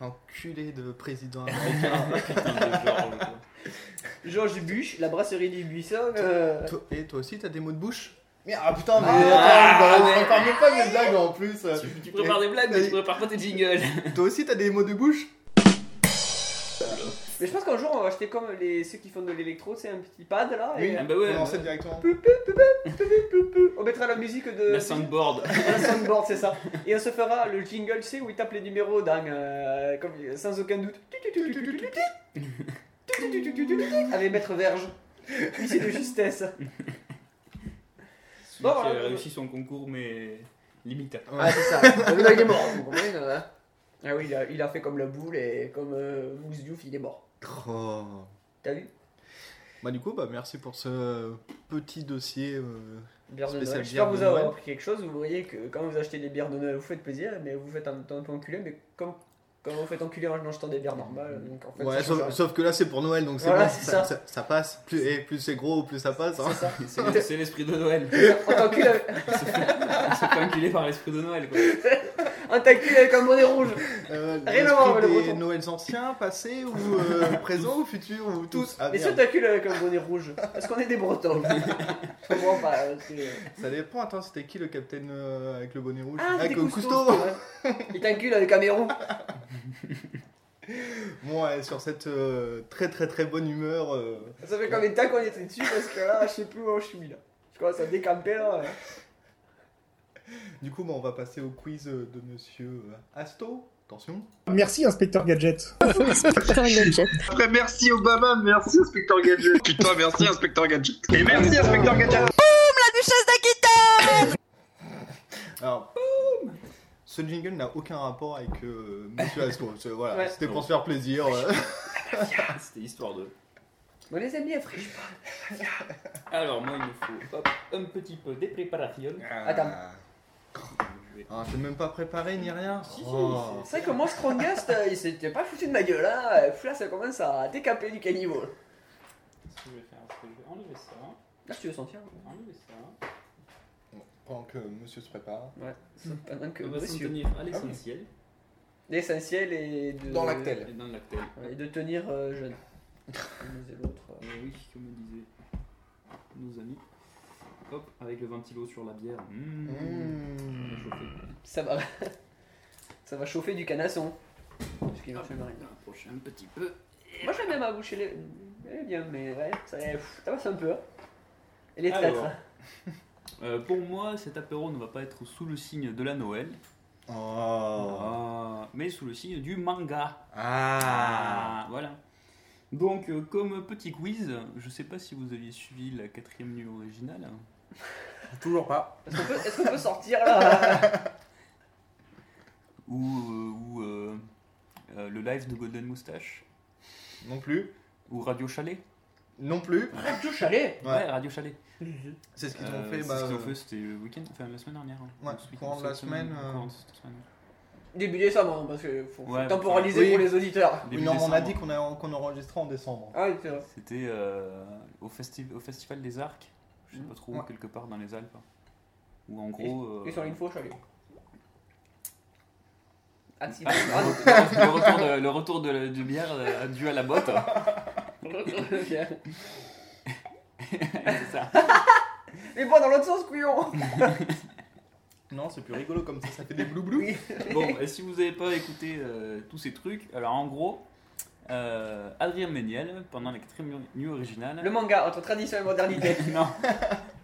Speaker 1: Enculé de président [LAUGHS] américain.
Speaker 5: Putain, de genre, quoi.
Speaker 2: Georges Buche, la brasserie du Buisson. euh,
Speaker 1: Toi- Et toi aussi, t'as des mots de bouche Merde, ah putain, mais
Speaker 5: Ah,
Speaker 1: attends,
Speaker 5: mais-
Speaker 1: on parle même pas de mes blagues en plus. [LAUGHS]
Speaker 5: Tu, tu prépares des blagues, mais tu prépares pas tes jingles.
Speaker 1: Toi aussi, t'as des mots de bouche
Speaker 2: Mais je pense qu'un jour on va acheter comme les... ceux qui font de l'électro, c'est un petit pad là. et-
Speaker 5: Ah bah ouais,
Speaker 1: on
Speaker 5: ouais.
Speaker 1: en sait directement.
Speaker 2: On mettra la musique de.
Speaker 5: la soundboard.
Speaker 2: Un soundboard, c'est ça. Et on se fera le jingle, tu sais, où il tape les numéros dingues, euh, comme, sans aucun doute. Avec Maître Verge. Ici de justesse.
Speaker 5: Celui qui
Speaker 2: voilà.
Speaker 5: a réussi son concours, mais limite. hein.
Speaker 2: Ah, c'est ça. Le gars, [LAUGHS] il est mort, vous comprenez euh, Ah oui, il a, il a fait comme la boule et comme euh, Mousse Diouf, il est mort.
Speaker 1: Oh.
Speaker 2: T'as vu
Speaker 1: Bah du coup, bah merci pour ce petit dossier. euh,
Speaker 2: Bière de
Speaker 1: Spécial
Speaker 2: Noël.
Speaker 1: bière
Speaker 2: J'espère
Speaker 1: de
Speaker 2: vous avoir
Speaker 1: Noël.
Speaker 2: appris quelque chose. Vous voyez que quand vous achetez des bières de Noël, vous faites plaisir, mais vous faites un, un peu enculer. Mais comme, comme vous faites enculer en achetant des bières normales, donc en fait,
Speaker 1: ouais,
Speaker 2: ça change
Speaker 1: sauf, sauf que là, c'est pour Noël, donc c'est
Speaker 2: Voilà,
Speaker 1: bon,
Speaker 2: c'est
Speaker 1: ça,
Speaker 2: ça.
Speaker 1: ça- ça passe. Plus, et plus c'est gros, plus ça passe. hein.
Speaker 2: rien. C'est ça.
Speaker 5: [LAUGHS] C'est le- c'est l'esprit de [LAUGHS] Noël.
Speaker 2: On t'encule avec-
Speaker 5: Il se fait il se fait enculer par l'esprit de Noël, quoi.
Speaker 2: Un tacule avec un bonnet rouge.
Speaker 1: [LAUGHS] Euh,
Speaker 2: Rien à voir
Speaker 1: l'esprit
Speaker 2: avec le
Speaker 1: des
Speaker 2: breton.
Speaker 1: Noëls anciens, passés ou
Speaker 2: [LAUGHS]
Speaker 1: euh, présents ou futurs ou tous. Ah,
Speaker 2: Mais si
Speaker 1: merde.
Speaker 2: on tacule avec un bonnet rouge, parce qu'on est des Bretons.
Speaker 1: [LAUGHS]
Speaker 2: Je comprends pas. euh, c'est-
Speaker 1: Ça dépend. Attends, c'était qui le capitaine euh, avec le bonnet rouge
Speaker 2: Ah,
Speaker 1: Avec
Speaker 2: c'était
Speaker 1: euh,
Speaker 2: Cousteau. c'est vrai. Il tacule avec Cameroun.
Speaker 1: Bon, ouais, sur cette euh, très très très bonne humeur. euh,
Speaker 2: Ça fait combien de temps qu'on est dessus parce que là, je sais plus où je suis là. Je commence à décamper là.
Speaker 1: Du coup, bah, on va passer au quiz euh, de monsieur euh, Asto. Attention.
Speaker 7: Merci, inspecteur Gadget.
Speaker 8: [LAUGHS]
Speaker 4: Merci Obama, merci Inspecteur Gadget. Putain, merci Inspecteur Gadget. Et merci Inspecteur Gadget.
Speaker 1: Alors, ce jingle n'a aucun rapport avec euh, monsieur
Speaker 2: [LAUGHS]
Speaker 1: Asto. C'est- Voilà,
Speaker 2: Ouais.
Speaker 1: c'était pour se faire plaisir. euh. ouais.
Speaker 5: Ah, C'était histoire de.
Speaker 2: Bon, les amis, friche.
Speaker 5: Alors, moi, il me faut hop, un petit peu des préparations.
Speaker 2: Attends.
Speaker 1: Ah, t'es même pas préparé ni rien.
Speaker 5: Si, si,
Speaker 1: Oh.
Speaker 2: C'est vrai que moi, Strongest, euh, il s'était pas foutu de ma gueule là. Pff, Là, ça commence à décamper du caniveau.
Speaker 5: Qu'est-ce que je vais faire Est-ce que je vais enlever ça,
Speaker 2: Là, tu veux sentir hein,
Speaker 5: enlever ça.
Speaker 1: Pendant que monsieur se prépare.
Speaker 2: Ouais. Pendant que
Speaker 5: On va s'en
Speaker 2: monsieur.
Speaker 5: tenir à l'essentiel
Speaker 2: L'essentiel est de.
Speaker 1: Dans l'actel.
Speaker 5: et dans le lactel.
Speaker 2: Et de tenir euh, jeune. Comme disait l'autre. euh.
Speaker 5: Euh, oui, comme disaient nos amis. Hop, avec le ventilo sur la bière. Mmh.
Speaker 1: Mmh.
Speaker 5: Ça va chauffer.
Speaker 2: Ça va. [LAUGHS] Ça va chauffer du canasson. Parce qu'il va
Speaker 5: Hop,
Speaker 2: faire mariner.
Speaker 5: on va approcher un petit peu.
Speaker 2: Moi j'aime bien ma bouche, elle est, elle est bien, mais ouais, ça, pff, ça passe un peu. hein. Elle est
Speaker 5: Alors.
Speaker 2: traître.
Speaker 5: Euh, pour moi, cet apéro ne va pas être sous le signe de la Noël,
Speaker 1: Oh.
Speaker 5: Ah, mais sous le signe du manga.
Speaker 1: Ah.
Speaker 5: Ah, voilà. Donc, euh, comme petit quiz, je sais pas si vous aviez suivi la quatrième nuit originale.
Speaker 9: Toujours pas.
Speaker 2: Est-ce qu'on peut, est-ce qu'on peut sortir là
Speaker 5: Ou, euh, ou, euh, euh, le live de Golden Moustache.
Speaker 1: Non plus.
Speaker 5: Ou Radio Chalet.
Speaker 1: Non plus.
Speaker 2: Radio Chalet
Speaker 1: Ouais.
Speaker 5: Radio Chalet.
Speaker 1: C'est ce qu'ils ont
Speaker 5: Euh,
Speaker 1: fait.
Speaker 5: c'est
Speaker 1: bah,
Speaker 5: ce qu'ils ont
Speaker 1: euh,
Speaker 5: fait, c'était le week-end, enfin la semaine dernière. hein.
Speaker 1: Ouais,
Speaker 5: Donc, ce week-end,
Speaker 1: courant de la
Speaker 5: cette
Speaker 1: semaine, euh,
Speaker 5: courant de cette semaine.
Speaker 2: Début décembre, hein, parce que faut, faut
Speaker 5: Ouais,
Speaker 2: temporaliser
Speaker 1: oui.
Speaker 2: pour les auditeurs.
Speaker 1: oui,
Speaker 5: Début
Speaker 1: non, on a
Speaker 5: décembre.
Speaker 1: dit qu'on a- qu'on enregistrait en décembre.
Speaker 2: Ah oui, c'est vrai.
Speaker 5: C'était euh, au, festi- au Festival des Arcs, je sais pas trop, où,
Speaker 1: Ouais.
Speaker 5: quelque part dans les Alpes. hein. Ou en gros. euh,
Speaker 2: Et sur l'info, Chalet. Ah, si.
Speaker 5: ah,
Speaker 2: [LAUGHS]
Speaker 5: le retour de, le retour de, de bière euh, dû à la botte. [LAUGHS] C'est ça.
Speaker 2: Mais bon, dans l'autre sens, couillon
Speaker 1: Non, c'est plus rigolo comme ça, ça [LAUGHS] fait des blou
Speaker 2: Oui.
Speaker 5: Bon, et si vous n'avez pas écouté euh, tous ces trucs, alors en gros, euh, Adrien Méniel, pendant la quatrième nuit originale,
Speaker 2: Le manga, entre tradition et modernité.
Speaker 5: non,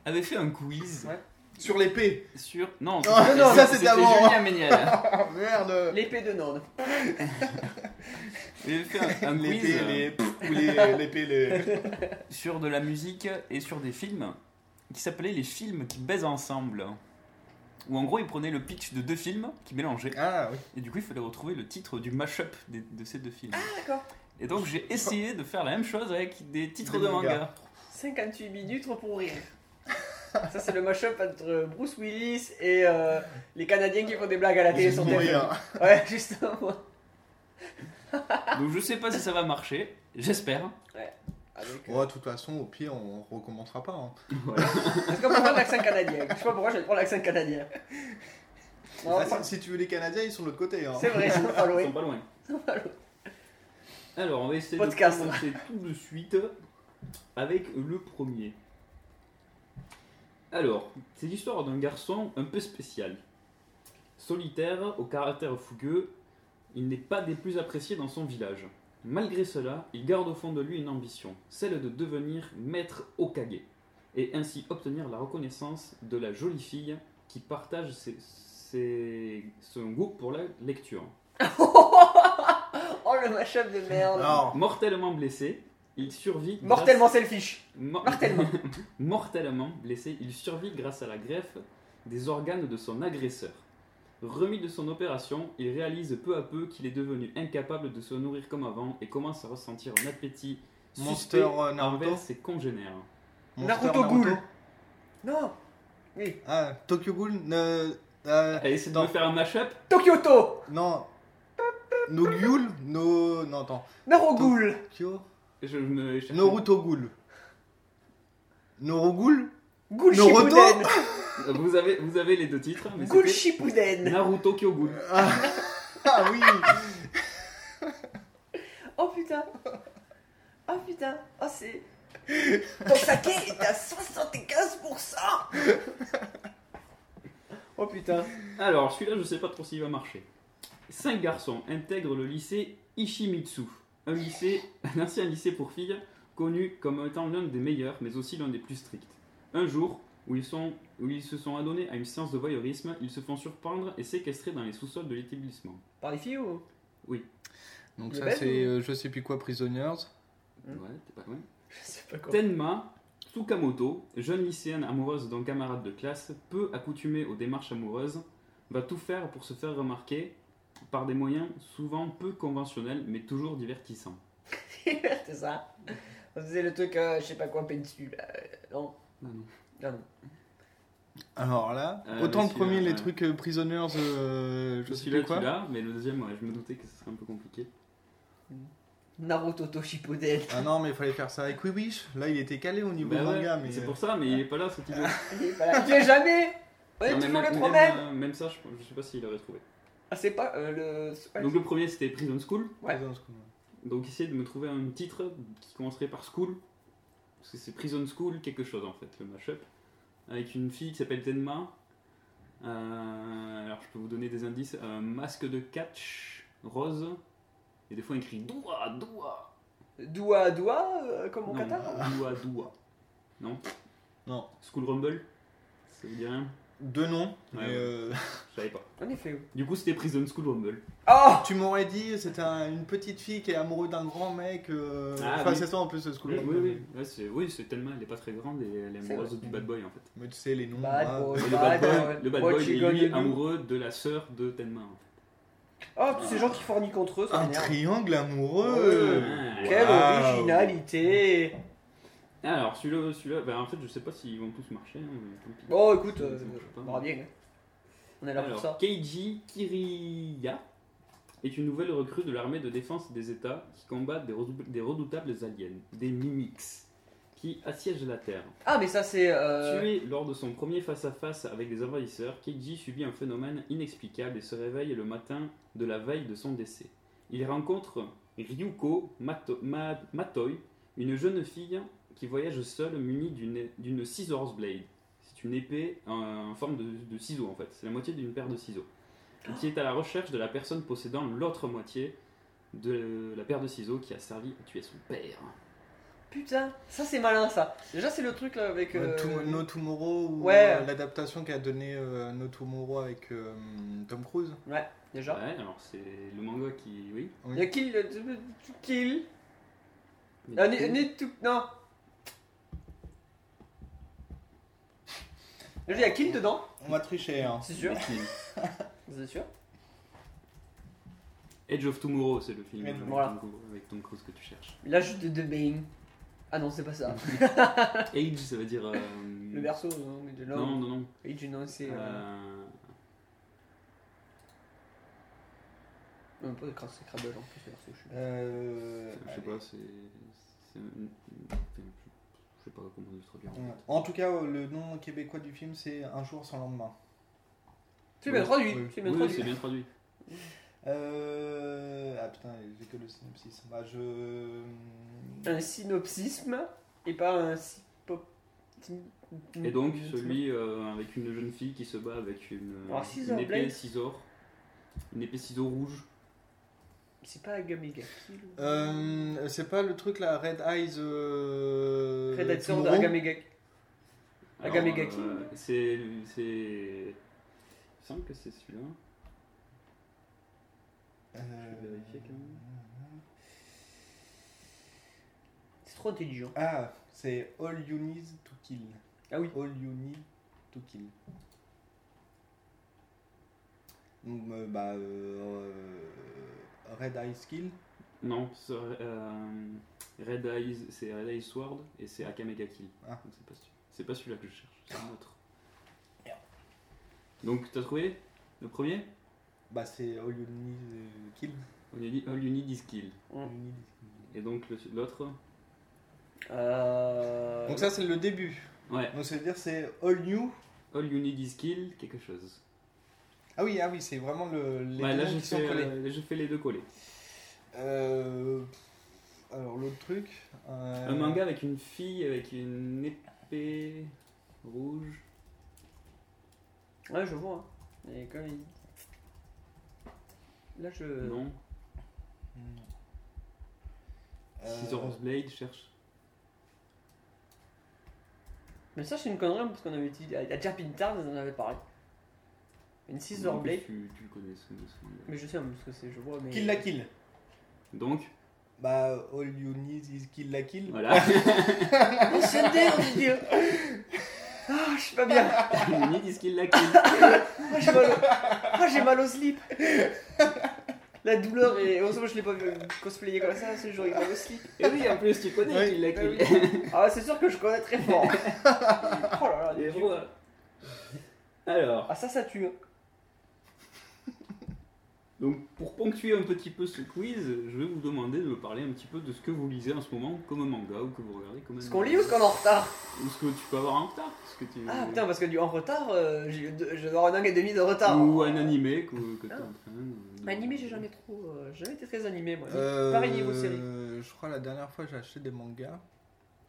Speaker 5: avait fait un quiz
Speaker 2: Ouais.
Speaker 1: Sur l'épée.
Speaker 5: sur. Non,
Speaker 1: Ah,
Speaker 5: c'était-
Speaker 1: non, ça, c'est
Speaker 5: c'était
Speaker 1: avant.
Speaker 5: Julien Méniel.
Speaker 1: Ah merde.
Speaker 2: L'épée de Nande.
Speaker 5: Il avait fait un, un quiz
Speaker 1: L'épée, les.
Speaker 5: euh,
Speaker 1: Ou les- l'épée, les.
Speaker 5: sur de la musique et sur des films qui s'appelait Les films qui baisent ensemble. Où en gros, il prenait le pitch de deux films qui mélangeaient.
Speaker 1: Ah oui.
Speaker 5: Et du coup, il fallait retrouver le titre du mashup des- de ces deux
Speaker 1: Ah,
Speaker 5: films.
Speaker 2: D'accord.
Speaker 5: Et donc, j'ai essayé de faire la même chose avec des titres
Speaker 1: Des
Speaker 5: de manga.
Speaker 1: mangas.
Speaker 2: 58 minutes pour rire. Ça, c'est le mashup entre Bruce Willis et euh, les Canadiens qui font des blagues à la télé sur TF1.
Speaker 1: Mourir.
Speaker 2: Ouais, [LAUGHS] justement.
Speaker 5: Donc, je sais pas si ça va marcher. J'espère.
Speaker 2: Avec, euh,
Speaker 1: Ouais, de toute façon, au pire, on recommencera pas. hein.
Speaker 2: Parce qu'on prend l'accent canadien. Je sais pas pourquoi je vais prendre l'accent canadien. Non,
Speaker 1: Ah, si- si tu veux les Canadiens, ils sont de l'autre côté. hein.
Speaker 2: c'est vrai, ils sont
Speaker 5: Ils
Speaker 2: followés.
Speaker 5: sont pas loin. Alors, on va essayer
Speaker 2: Podcast.
Speaker 5: de commencer tout de suite avec le premier. Alors, c'est l'histoire d'un garçon un peu spécial. Solitaire, au caractère fougueux, il n'est pas des plus appréciés dans son village. Malgré cela, il garde au fond de lui une ambition, celle de devenir maître Okage, et ainsi obtenir la reconnaissance de la jolie fille qui partage ses- ses- son goût pour la lecture.
Speaker 2: Oh le mashup de merde.
Speaker 1: Alors,
Speaker 5: Mortellement blessé, il survit. grâce-
Speaker 2: Mortellement selfish.
Speaker 5: Mor-
Speaker 2: Mortellement.
Speaker 5: [LAUGHS] Mortellement blessé, il survit grâce à la greffe des organes de son agresseur. Remis de son opération, il réalise peu à peu qu'il est devenu incapable de se nourrir comme avant et commence à ressentir un appétit
Speaker 1: Monster
Speaker 5: suspect
Speaker 1: euh, Naruto. Euh,
Speaker 5: envers ses congénères.
Speaker 1: Monster
Speaker 2: Naruto Ghoul. Non.
Speaker 1: Ah, Tokyo Ghoul. ne- euh,
Speaker 5: Allez, essaie de
Speaker 1: Attends.
Speaker 5: me faire un mashup.
Speaker 2: Tokyoto.
Speaker 1: non. No Ghoul. No. Non, attends.
Speaker 2: Narogul.
Speaker 1: Kyo.
Speaker 5: Je me cherche-
Speaker 1: Naruto Ghoul. Naruto Ghoul
Speaker 2: Ghoul
Speaker 1: Naruto.
Speaker 2: Shippuden.
Speaker 5: Vous avez, vous avez les deux titres. mais
Speaker 2: Ghoul
Speaker 5: c'était
Speaker 2: Shippuden.
Speaker 5: Naruto Kyogun.
Speaker 1: Ah oui
Speaker 2: Oh putain. Oh putain. Oh c'est. Ton saké est à 75%. Oh putain.
Speaker 5: Alors, celui-là, je sais pas trop s'il va marcher. Cinq garçons intègrent le lycée Ishimitsu, un lycée, [LAUGHS] un ancien lycée pour filles, connu comme étant l'un des meilleurs, mais aussi l'un des plus stricts. Un jour, où ils, sont, où ils se sont adonnés à une séance de voyeurisme, ils se font surprendre et séquestrer dans les sous-sols de l'établissement.
Speaker 2: Par les filles ou
Speaker 1: Donc
Speaker 2: Mais
Speaker 1: ça
Speaker 2: ben,
Speaker 1: c'est euh, je sais plus quoi Prisoners.
Speaker 5: Ouais, t'es pas loin.
Speaker 2: Je sais pas quoi.
Speaker 5: Tenma Tsukamoto, jeune lycéenne amoureuse d'un camarade de classe, peu accoutumée aux démarches amoureuses, va tout faire pour se faire remarquer par des moyens souvent peu conventionnels mais toujours divertissants.
Speaker 2: c'est [LAUGHS] ça. On faisait le truc, euh, je sais pas quoi, pensu. là. euh, non.
Speaker 5: Ah non.
Speaker 2: Ah non.
Speaker 1: Alors là,
Speaker 5: Euh,
Speaker 1: autant le
Speaker 5: monsieur,
Speaker 1: premier les
Speaker 5: ouais.
Speaker 1: trucs euh, Prisoners, euh, je sais
Speaker 5: Celui-là,
Speaker 1: plus
Speaker 5: tu
Speaker 1: quoi.
Speaker 5: l'as, mais le deuxième, ouais, je me doutais que ce serait un peu compliqué.
Speaker 2: Naruto To
Speaker 5: [LAUGHS]
Speaker 2: Shippuden.
Speaker 1: Ah non mais il fallait faire ça avec Wii Wish. Là il était calé au niveau
Speaker 5: Bah ouais,
Speaker 1: manga mais.
Speaker 5: c'est
Speaker 1: euh,
Speaker 5: pour ça, mais il est pas là,
Speaker 2: Ah,
Speaker 5: cet idiot.
Speaker 2: Il est pas là. Tu es jamais On est
Speaker 5: Non, mais
Speaker 2: toujours le
Speaker 5: même,
Speaker 2: 3
Speaker 5: même,
Speaker 2: même
Speaker 5: euh, même ça, je, je sais pas s'il aurait trouvé.
Speaker 2: Ah, c'est pas euh, le. c'est pas le-
Speaker 5: Donc le premier, c'était Prison School.
Speaker 2: ouais.
Speaker 1: euh, Prisoners, quoi.
Speaker 5: Donc essayez de me trouver un titre qui commencerait par School. Parce que c'est Prison School, quelque chose en fait, le mashup. Avec une fille qui s'appelle Tenma. Euh, alors je peux vous donner des indices. Un masque de catch, rose. Et des fois, il crie Doua, Doua.
Speaker 2: Doua Doua, euh, comme mon
Speaker 5: Non,
Speaker 2: kata
Speaker 5: Doua, Doua. Non
Speaker 1: Non.
Speaker 5: School Rumble Ça vous dit rien
Speaker 1: Deux noms.
Speaker 5: Ouais,
Speaker 1: mais,
Speaker 5: ouais.
Speaker 1: euh,
Speaker 5: Je savais pas.
Speaker 2: En effet, oui.
Speaker 5: Du coup, c'était Prison School Rumble.
Speaker 2: Oh
Speaker 1: tu m'aurais dit, c'était un- une petite fille qui est amoureuse d'un grand mec. euh,
Speaker 5: Ah,
Speaker 1: enfin,
Speaker 5: oui.
Speaker 1: c'est ça en plus, ce school.
Speaker 5: Oui, oui, oui. Ouais, c'est, oui, c'est tellement. Elle est pas très grande et elle est
Speaker 2: C'est
Speaker 5: amoureuse
Speaker 2: vrai.
Speaker 5: du bad boy en fait.
Speaker 1: Mais tu sais, les noms.
Speaker 2: Bad
Speaker 1: hein,
Speaker 2: boy.
Speaker 5: Et le
Speaker 2: Bad
Speaker 5: bad
Speaker 2: boy.
Speaker 5: boy, le bad
Speaker 2: What
Speaker 5: boy
Speaker 2: you
Speaker 5: est lui
Speaker 2: gonna do?
Speaker 5: amoureux de la sœur de Tenma. en fait.
Speaker 2: Oh, tous ces gens qui fornient contre eux, ça
Speaker 1: Un
Speaker 2: m'énerve.
Speaker 1: triangle amoureux.
Speaker 5: Ah,
Speaker 2: Quelle
Speaker 1: Waouh.
Speaker 2: originalité
Speaker 5: Alors celui-là, celui-là, bah, en fait, je sais pas s'ils vont tous marcher. hein, mais tant pis.
Speaker 2: Bon, écoute, euh,
Speaker 5: Ça marche pas.
Speaker 2: on verra bien. hein. On est là pour ça.
Speaker 5: Alors, Keiji Kiriya est une nouvelle recrue de l'armée de défense des États qui combat des, redou- des redoutables aliens, des Mimics, qui assiègent la Terre.
Speaker 2: Ah, mais ça, c'est. euh,
Speaker 5: Tué lors de son premier face-à-face avec les envahisseurs, Keiji subit un phénomène inexplicable et se réveille le matin de la veille de son décès. Il rencontre Ryuko Mato- Ma- Matoi, une jeune fille qui voyage seule munie d'une- d'une scissors blade. C'est une épée en, en forme de, de ciseaux en fait, c'est la moitié d'une paire de ciseaux.
Speaker 2: Oh.
Speaker 5: Et qui est à la recherche de la personne possédant l'autre moitié de la paire de ciseaux qui a servi à tuer son père.
Speaker 2: Putain, ça, c'est malin, ça. Déjà, c'est le truc là avec.
Speaker 1: Euh,
Speaker 2: euh,
Speaker 1: To- no Tomorrow ou
Speaker 2: Ouais.
Speaker 1: euh, l'adaptation qu'a donné euh, No Tomorrow avec euh, Tom Cruise.
Speaker 2: Ouais, déjà.
Speaker 5: Ouais, alors c'est le manga qui. Oui.
Speaker 2: Il y a Kill. euh, euh, Kill.
Speaker 5: Mais
Speaker 2: Ah,
Speaker 5: du coup-
Speaker 2: Need- Need to- Non. Déjà, il y a Kill dedans,
Speaker 1: On va tricher. Hein.
Speaker 2: c'est sûr.
Speaker 5: Kill.
Speaker 2: [LAUGHS] C'est sûr.
Speaker 5: Edge of Tomorrow, c'est le film
Speaker 1: Edge-
Speaker 5: avec,
Speaker 2: voilà.
Speaker 5: Tom Cruise, avec Tom Cruise que tu cherches.
Speaker 2: Mais Là, juste de Bane. Ah non, c'est pas ça.
Speaker 5: Age, ça veut dire. euh,
Speaker 2: Le berceau, non, mais de
Speaker 5: Non,
Speaker 2: l'homme.
Speaker 5: non, non.
Speaker 2: Age, non, c'est. euh,
Speaker 5: Euh,
Speaker 2: Non, pas Cra- c'est Crabble en plus, le berceau, je suis
Speaker 1: Euh,
Speaker 5: je sais pas, c'est. c'est un- enfin, je- Je sais pas comment le traduire. en
Speaker 1: allez.
Speaker 5: fait.
Speaker 1: En tout cas, euh, le nom québécois du film, c'est Un jour sans lendemain.
Speaker 2: C'est bien traduit,
Speaker 1: oui.
Speaker 2: c'est bien
Speaker 5: Oui, oui, c'est
Speaker 2: traduit.
Speaker 5: bien traduit.
Speaker 1: Euh... Ah putain, j'ai que le synopsis. Bah, je. euh,
Speaker 2: Un synopsisme et pas un sypo... Mm,
Speaker 5: Et donc, celui euh, avec une jeune fille qui se bat avec une, euh,
Speaker 2: Alors,
Speaker 5: une
Speaker 2: Oh, Scissor
Speaker 5: épée
Speaker 2: Blade.
Speaker 5: ciseaux. Une épée ciseaux rouge.
Speaker 2: C'est pas Agamega Kill. ou-
Speaker 1: Euh, c'est pas le truc là, Red Eyes. Euh...
Speaker 2: Red Dead Sword
Speaker 1: Tomorrow
Speaker 2: Agamega
Speaker 5: Alors,
Speaker 2: Agamegaki.
Speaker 5: euh, C'est. c'est- Il me semble que c'est celui-là.
Speaker 1: Euh,
Speaker 5: Je vais vérifier quand même.
Speaker 2: C'est trop intelligent.
Speaker 1: Ah, c'est All You Need to Kill.
Speaker 2: Ah oui.
Speaker 1: All You Need to Kill. Donc, euh, bah, euh, euh, Red Eyes Kill.
Speaker 5: Non, c'est, euh, Red Eyes, c'est Red Eyes Sword et c'est Akamega Kill.
Speaker 1: Ah.
Speaker 5: Donc c'est pas, celui- c'est pas celui-là que je cherche, c'est un autre. Donc t'as trouvé le premier
Speaker 1: Bah, c'est All You Need euh, Kill.
Speaker 5: On lui a dit All You Need Is Kill.
Speaker 1: All You Need Kill.
Speaker 5: Et donc le- l'autre
Speaker 2: Euh...
Speaker 1: Donc, ça, c'est le début.
Speaker 5: Ouais,
Speaker 1: Donc, ça veut dire c'est All New.
Speaker 5: All You Need Is Kill, quelque chose.
Speaker 1: Ah oui, ah oui, c'est vraiment le, les
Speaker 5: Ouais, là
Speaker 1: noms
Speaker 5: j'ai
Speaker 1: qui sont
Speaker 5: fait,
Speaker 1: collés.
Speaker 5: euh, là, j'ai fait les deux collés.
Speaker 1: Euh, pff, alors, l'autre truc. euh,
Speaker 5: Un manga avec une fille avec une épée rouge.
Speaker 2: Ouais, je vois. hein. Et comme il... Là, je...
Speaker 1: Euh.
Speaker 5: Non.
Speaker 1: non. euh,
Speaker 5: Scissors Blade, cherche.
Speaker 2: Mais ça, c'est une connerie, hein, parce qu'on avait dit... À Serpentard, on en avait parlé. Une
Speaker 5: Non,
Speaker 2: Scissor
Speaker 5: mais
Speaker 2: Blade.
Speaker 5: Tu, tu le connais ce, ce manga.
Speaker 2: Mais je sais même ce que c'est, je vois, mais...
Speaker 1: Kill la Kill.
Speaker 5: Donc,
Speaker 1: Bah, All You Need is Kill la Kill. [LAUGHS]
Speaker 5: voilà. [LAUGHS]
Speaker 2: Oh, c'est dingue, mon Dieu Ah, je suis pas bien
Speaker 5: All You Need Is Kill la Kill.
Speaker 2: Ah, j'ai mal, au... Ah, j'ai mal au slip La douleur est... Heureusement, je l'ai pas vu euh, cosplayer comme ça, ce jour, il a mal au slip.
Speaker 5: Et oui, Bah en plus, tu connais
Speaker 1: Oui.
Speaker 5: qu'il l'a
Speaker 2: Ah oui.
Speaker 5: qu'il-
Speaker 2: Ah, c'est sûr que je connais très fort Oh là [LAUGHS] là,
Speaker 5: Les
Speaker 2: les
Speaker 5: rois. Alors,
Speaker 2: Ah, ça, ça tue hein.
Speaker 5: donc pour ponctuer un petit peu ce quiz, je vais vous demander de me parler un petit peu de ce que vous lisez en ce moment comme un manga ou que vous regardez comme un
Speaker 2: Ce qu'on lit ou ce qu'on est en retard
Speaker 5: Ou ce que tu peux avoir en retard. ce que tu-
Speaker 2: Ah putain, parce que du en retard, euh, j'ai eu deux- je vais avoir un an et demi de retard.
Speaker 5: Ou un animé que, que t'es en train de- de-
Speaker 2: oh. Ah. Bah, Animé, j'ai jamais trop. euh, j'ai jamais été très animé moi.
Speaker 1: Euh,
Speaker 2: Pareil niveau série.
Speaker 1: Je crois la dernière fois que j'ai acheté des mangas,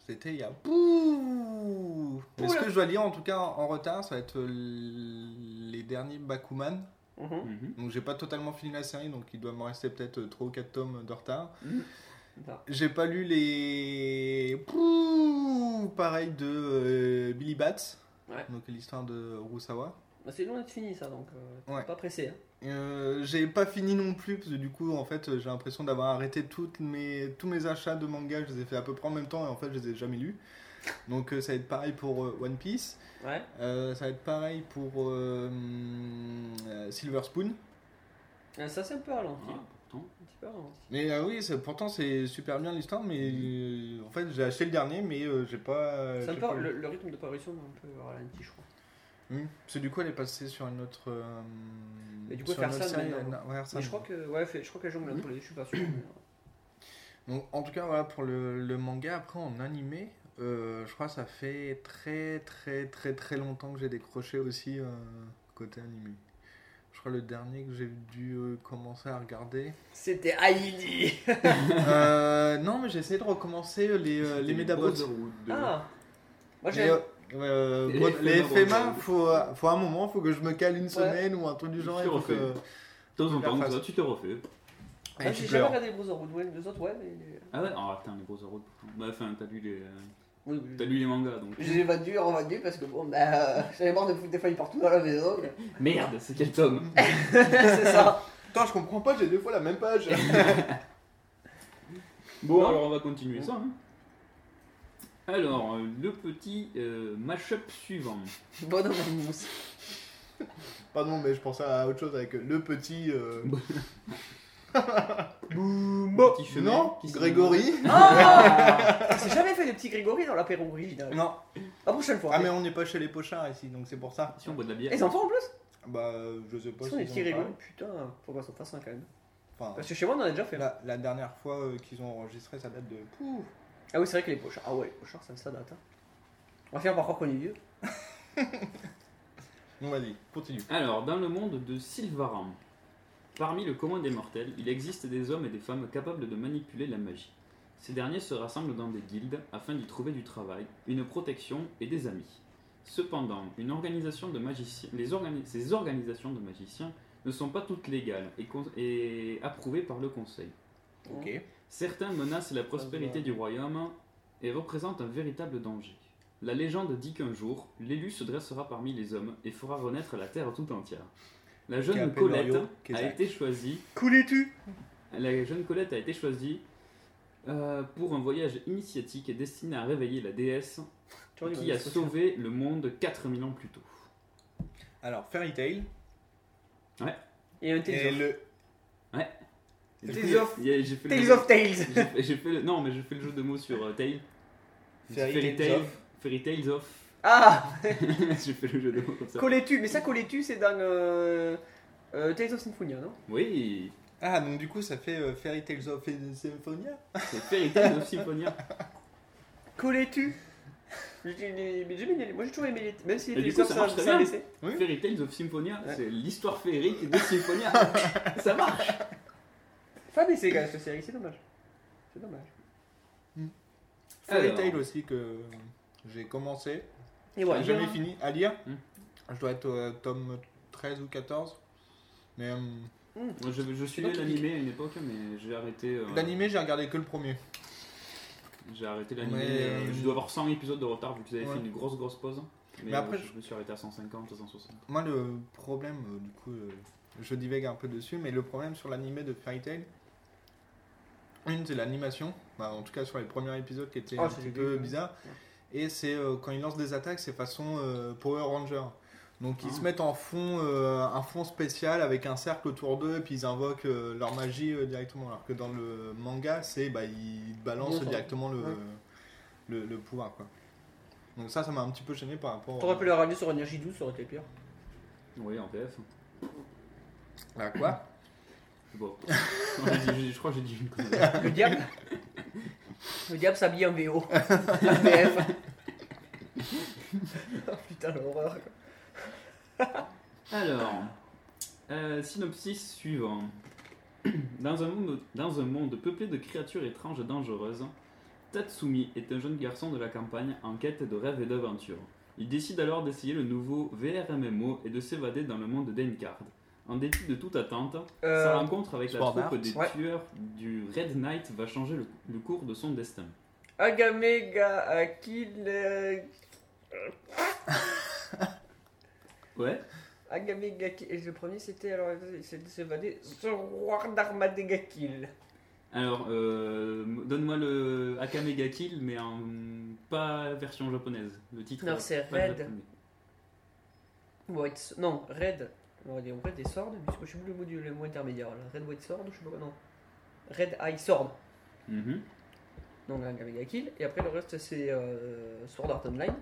Speaker 1: c'était il y a. Pouh Mais ce
Speaker 2: Oula.
Speaker 1: que je dois lire en tout cas en en retard, ça va être euh, les derniers Bakuman.
Speaker 2: Mhm.
Speaker 5: Mhm.
Speaker 1: Donc j'ai pas totalement fini la série, donc il doit me rester peut-être 3 ou 4 tomes de retard.
Speaker 2: Mm. Attends.
Speaker 1: J'ai pas lu les. Pouh Pareil de euh, Billy Bats.
Speaker 2: Ouais.
Speaker 1: donc l'histoire de Rusawa.
Speaker 2: Bah, c'est long d'être fini ça, donc euh, t'es
Speaker 1: Ouais.
Speaker 2: pas pressé. hein.
Speaker 1: Euh, j'ai pas fini non plus parce que du coup en fait j'ai l'impression d'avoir arrêté toutes mes, tous mes achats de manga, je les ai fait à peu près en même temps et en fait je les ai jamais lus. Donc euh, ça va être pareil pour euh, One Piece,
Speaker 2: Ouais.
Speaker 1: Euh, ça va être pareil pour euh, hum, euh, Silver Spoon.
Speaker 2: Euh, Ça c'est un peu ralenti.
Speaker 5: Ah, pourtant.
Speaker 2: Un petit peu ralenti.
Speaker 1: Mais euh, oui, c'est- pourtant c'est super bien l'histoire, mais euh, en fait j'ai acheté le dernier mais euh, j'ai pas... euh,
Speaker 2: C'est un
Speaker 1: j'ai
Speaker 2: peu-
Speaker 1: pas lu.
Speaker 2: le, le rythme de parution est un peu ralenti, je crois.
Speaker 1: Hum, Parce que du coup elle est passée sur une autre... euh,
Speaker 2: Mais du coup,
Speaker 1: sur une
Speaker 2: Hersan
Speaker 1: autre série,
Speaker 2: maintenant.
Speaker 1: euh, non, ouais, Hersan.
Speaker 2: Mais je crois que ouais, fait- je crois qu'elle
Speaker 1: Hmm.
Speaker 2: jongle entre les deux, je suis pas sûr. mais, euh,
Speaker 1: Donc, en tout cas, voilà pour le, le manga. Après, en animé, euh, je crois que ça fait très, très, très, très longtemps que j'ai décroché aussi euh, côté animé. Je crois que le dernier que j'ai dû euh, commencer à regarder.
Speaker 2: C'était
Speaker 1: [LAUGHS]
Speaker 2: Aïdi
Speaker 5: [LAUGHS]
Speaker 1: Euh, non, mais j'ai essayé de recommencer les, euh, les
Speaker 5: C'était
Speaker 1: Medabots.
Speaker 5: Brotherhood de-
Speaker 2: Ah
Speaker 1: Mais,
Speaker 2: Moi j'ai.
Speaker 1: euh, euh,
Speaker 5: Les
Speaker 1: bon, les
Speaker 5: FMA,
Speaker 1: FMA, faut, euh, faut un moment, faut que je me cale une semaine ou un truc du genre.
Speaker 5: Je
Speaker 1: et faut
Speaker 5: refais.
Speaker 1: que-
Speaker 5: De temps en
Speaker 1: la
Speaker 5: temps,
Speaker 1: phrase.
Speaker 5: ça, tu te refais.
Speaker 1: et
Speaker 2: Ah,
Speaker 1: tu
Speaker 2: j'ai jamais
Speaker 1: pleures.
Speaker 2: regardé Brotherhood, ouais, les autres, ouais, mais. euh, les-
Speaker 5: Ah ouais, oh putain, les Brotherhood. pourtant. Bah, enfin, t'as lu les, euh,
Speaker 2: Oui, oui.
Speaker 5: t'as lu les mangas donc.
Speaker 2: Je les ai vendus, revendus parce que bon, bah, euh, [LAUGHS] j'avais marre de foutre des feuilles partout dans la maison.
Speaker 5: Merde, c'est quel tome
Speaker 2: [LAUGHS]
Speaker 1: [LAUGHS]
Speaker 2: c'est ça.
Speaker 1: Putain, je comprends pas, j'ai deux fois la même page.
Speaker 5: Bon, alors on va continuer ça. hein. Alors, euh, le petit euh, mash-up suivant.
Speaker 2: [LAUGHS] Bonhomme à mousse.
Speaker 1: Pardon, mais je pensais à autre chose avec le petit. euh,
Speaker 5: Boumbo Petit chemin
Speaker 1: non,
Speaker 5: qui se-
Speaker 1: Grégory. [LAUGHS]
Speaker 2: Ah J'ai Oh jamais fait des petits Grégory dans l'apéro original.
Speaker 1: Non.
Speaker 2: La prochaine fois.
Speaker 1: Ah mais on n'est pas chez les pochards ici, donc c'est pour ça.
Speaker 5: Si on boit de la bière.
Speaker 2: Et Ils en font en plus
Speaker 1: Bah euh, je sais pas.
Speaker 2: Ils sont des
Speaker 1: s'ils
Speaker 2: petits
Speaker 1: ont
Speaker 2: Grégory. Putain, pourquoi s'en fasse un quand même
Speaker 1: parlé. Enfin,
Speaker 2: Parce que chez moi on en a déjà fait.
Speaker 1: la, la dernière fois euh, qu'ils ont enregistré, ça date de. Pouf.
Speaker 2: Ah oui, c'est vrai que les pochards. Ah ouais, les pochards, ça, ça date. hein. On va faire par croire qu'on est vieux.
Speaker 1: Non vas-y, continue.
Speaker 5: Alors, dans le monde de Sylvaran, parmi le commun des mortels, il existe des hommes et des femmes capables de manipuler la magie. Ces derniers se rassemblent dans des guildes afin d'y trouver du travail, une protection et des amis. Cependant, une organisation de magiciens, les organi- ces organisations de magiciens ne sont pas toutes légales et, con- et approuvées par le Conseil.
Speaker 1: Ok.
Speaker 5: Certains menacent la prospérité du royaume et représentent un véritable danger. La légende dit qu'un jour, l'élu se dressera parmi les hommes et fera renaître la terre tout entière. La jeune
Speaker 1: Capello,
Speaker 5: Colette a
Speaker 1: Kézak.
Speaker 5: été choisie.
Speaker 1: Coulais-tu
Speaker 5: La jeune Colette a été choisie euh, pour un voyage initiatique destiné à réveiller la déesse
Speaker 2: Tu vois, il
Speaker 5: qui
Speaker 2: va
Speaker 5: a
Speaker 2: être social.
Speaker 5: sauvé le monde 4000 ans plus tôt.
Speaker 1: Alors Fairy Tail.
Speaker 2: Et un Tales
Speaker 1: Et
Speaker 2: of.
Speaker 1: le.
Speaker 5: Et
Speaker 2: Tales
Speaker 5: du coup, il y a-
Speaker 2: of-
Speaker 5: il y a- j'ai fait le-
Speaker 2: Tales
Speaker 1: [LAUGHS]
Speaker 2: of Tales
Speaker 5: j'ai fait- j'ai fait le- non, mais j'ai fait le jeu de mots sur euh, Tail.
Speaker 1: Fairy
Speaker 5: Fairy
Speaker 1: Tales
Speaker 5: Tail-
Speaker 1: of.
Speaker 5: Fairy Tales of. [LAUGHS]
Speaker 2: Ah
Speaker 5: j'ai fait le jeu de mots comme ça.
Speaker 2: Colletu Mais ça, Colletu, c'est dans. Euh... euh, Tales of Symphonia, non
Speaker 5: Oui,
Speaker 1: Ah donc du coup ça fait euh, Fairy Tales of Symphonia.
Speaker 5: c'est Fairy Tales of Symphonia.
Speaker 2: Colletu J'ai- j'ai- j'ai- j'ai bien aimé. Moi j'ai toujours aimé les. Même si
Speaker 5: Et
Speaker 2: les
Speaker 5: du coup,
Speaker 2: Tales
Speaker 5: ça
Speaker 2: of
Speaker 5: marche
Speaker 2: ça-
Speaker 5: très
Speaker 2: ça
Speaker 5: bien.
Speaker 2: laissait.
Speaker 1: [LAUGHS] Oui.
Speaker 5: Fairy Tales of Symphonia,
Speaker 2: Ouais.
Speaker 5: c'est l'histoire féerique de Symphonia. ça marche.
Speaker 2: Fab c'est quand même cette série, c'est dommage. C'est dommage.
Speaker 1: Fairy
Speaker 5: Alors.
Speaker 1: Tail aussi que j'ai commencé,
Speaker 2: Et
Speaker 1: j'ai
Speaker 2: voilà.
Speaker 1: jamais fini à lire.
Speaker 5: Hmm.
Speaker 1: Je dois être au tome 13 ou 14. Mais euh,
Speaker 5: Moi, je, je suivais l'animé à une époque, mais j'ai arrêté. euh,
Speaker 1: l'animé j'ai regardé que le premier.
Speaker 5: J'ai arrêté l'animé.
Speaker 1: Ouais.
Speaker 5: euh, je dois avoir 100 épisodes de retard vu que vous avez
Speaker 1: Ouais.
Speaker 5: fait une grosse grosse pause. Mais,
Speaker 1: Mais après,
Speaker 5: euh, je me suis arrêté à 150, 160.
Speaker 1: Moi, le problème, euh, du coup, euh, je divague un peu dessus, mais le problème sur l'animé de Fairy Tail, une, c'est l'animation, bah, en tout cas sur les premiers épisodes qui étaient
Speaker 2: Ah,
Speaker 1: un
Speaker 2: c'est
Speaker 1: petit
Speaker 2: dégueu.
Speaker 1: peu bizarre, et c'est euh, quand ils lancent des attaques, c'est façon euh, Power Ranger. Donc ils
Speaker 5: Ah.
Speaker 1: se mettent en fond, euh, un fond spécial avec un cercle autour d'eux, et puis ils invoquent euh, leur magie euh, directement. Alors que dans le manga, c'est bah, ils balancent
Speaker 2: Bon, ça-
Speaker 1: directement le,
Speaker 2: ouais.
Speaker 1: le, le pouvoir. Quoi. Donc ça, ça m'a un petit peu gêné par rapport. euh,
Speaker 2: T'aurais pu le ramener sur Energy 12, ça aurait été pire.
Speaker 5: Oui, en PF.
Speaker 1: à quoi [LAUGHS]
Speaker 5: Bon. Non, j'ai dit- je, crois que j'ai dit une connerie.
Speaker 2: Le diable Le diable s'habille en VO. APF. oh putain, l'horreur. quoi.
Speaker 5: Alors, euh, synopsis suivant. [CLEARS THROAT] Dans un, monde, dans un monde peuplé de créatures étranges et dangereuses, Tatsumi est un jeune garçon de la campagne en quête de rêves et d'aventures. Il décide alors d'essayer le nouveau VRMMO et de s'évader dans le monde d'Encard. En dépit de toute attente,
Speaker 2: Euh,
Speaker 5: sa rencontre avec la
Speaker 1: Sword
Speaker 5: troupe
Speaker 1: Art.
Speaker 5: des
Speaker 2: Ouais.
Speaker 5: tueurs du Red Knight va changer le, le cours de son destin.
Speaker 2: Agamega Akil. euh,
Speaker 5: Ouais.
Speaker 2: Agamegakil. Et le premier, c'était alors, il s'est évadé. Sorwar d'Armadegakil.
Speaker 5: Alors, euh, donne-moi le Akamega Kill, mais en, pas version japonaise. Le titre.
Speaker 2: Non,
Speaker 5: euh,
Speaker 2: c'est
Speaker 5: pas
Speaker 2: Red.
Speaker 5: japonais.
Speaker 2: White. Non, Red. On va dire Red et Sword, puisque je sais plus le mot, du- le mot intermédiaire. Là. Red White Sword, je sais pas. Non. Red Eye Sword.
Speaker 5: Mhm,
Speaker 2: Donc Agamegakil. Et après, le reste, c'est euh, Sword Art Online.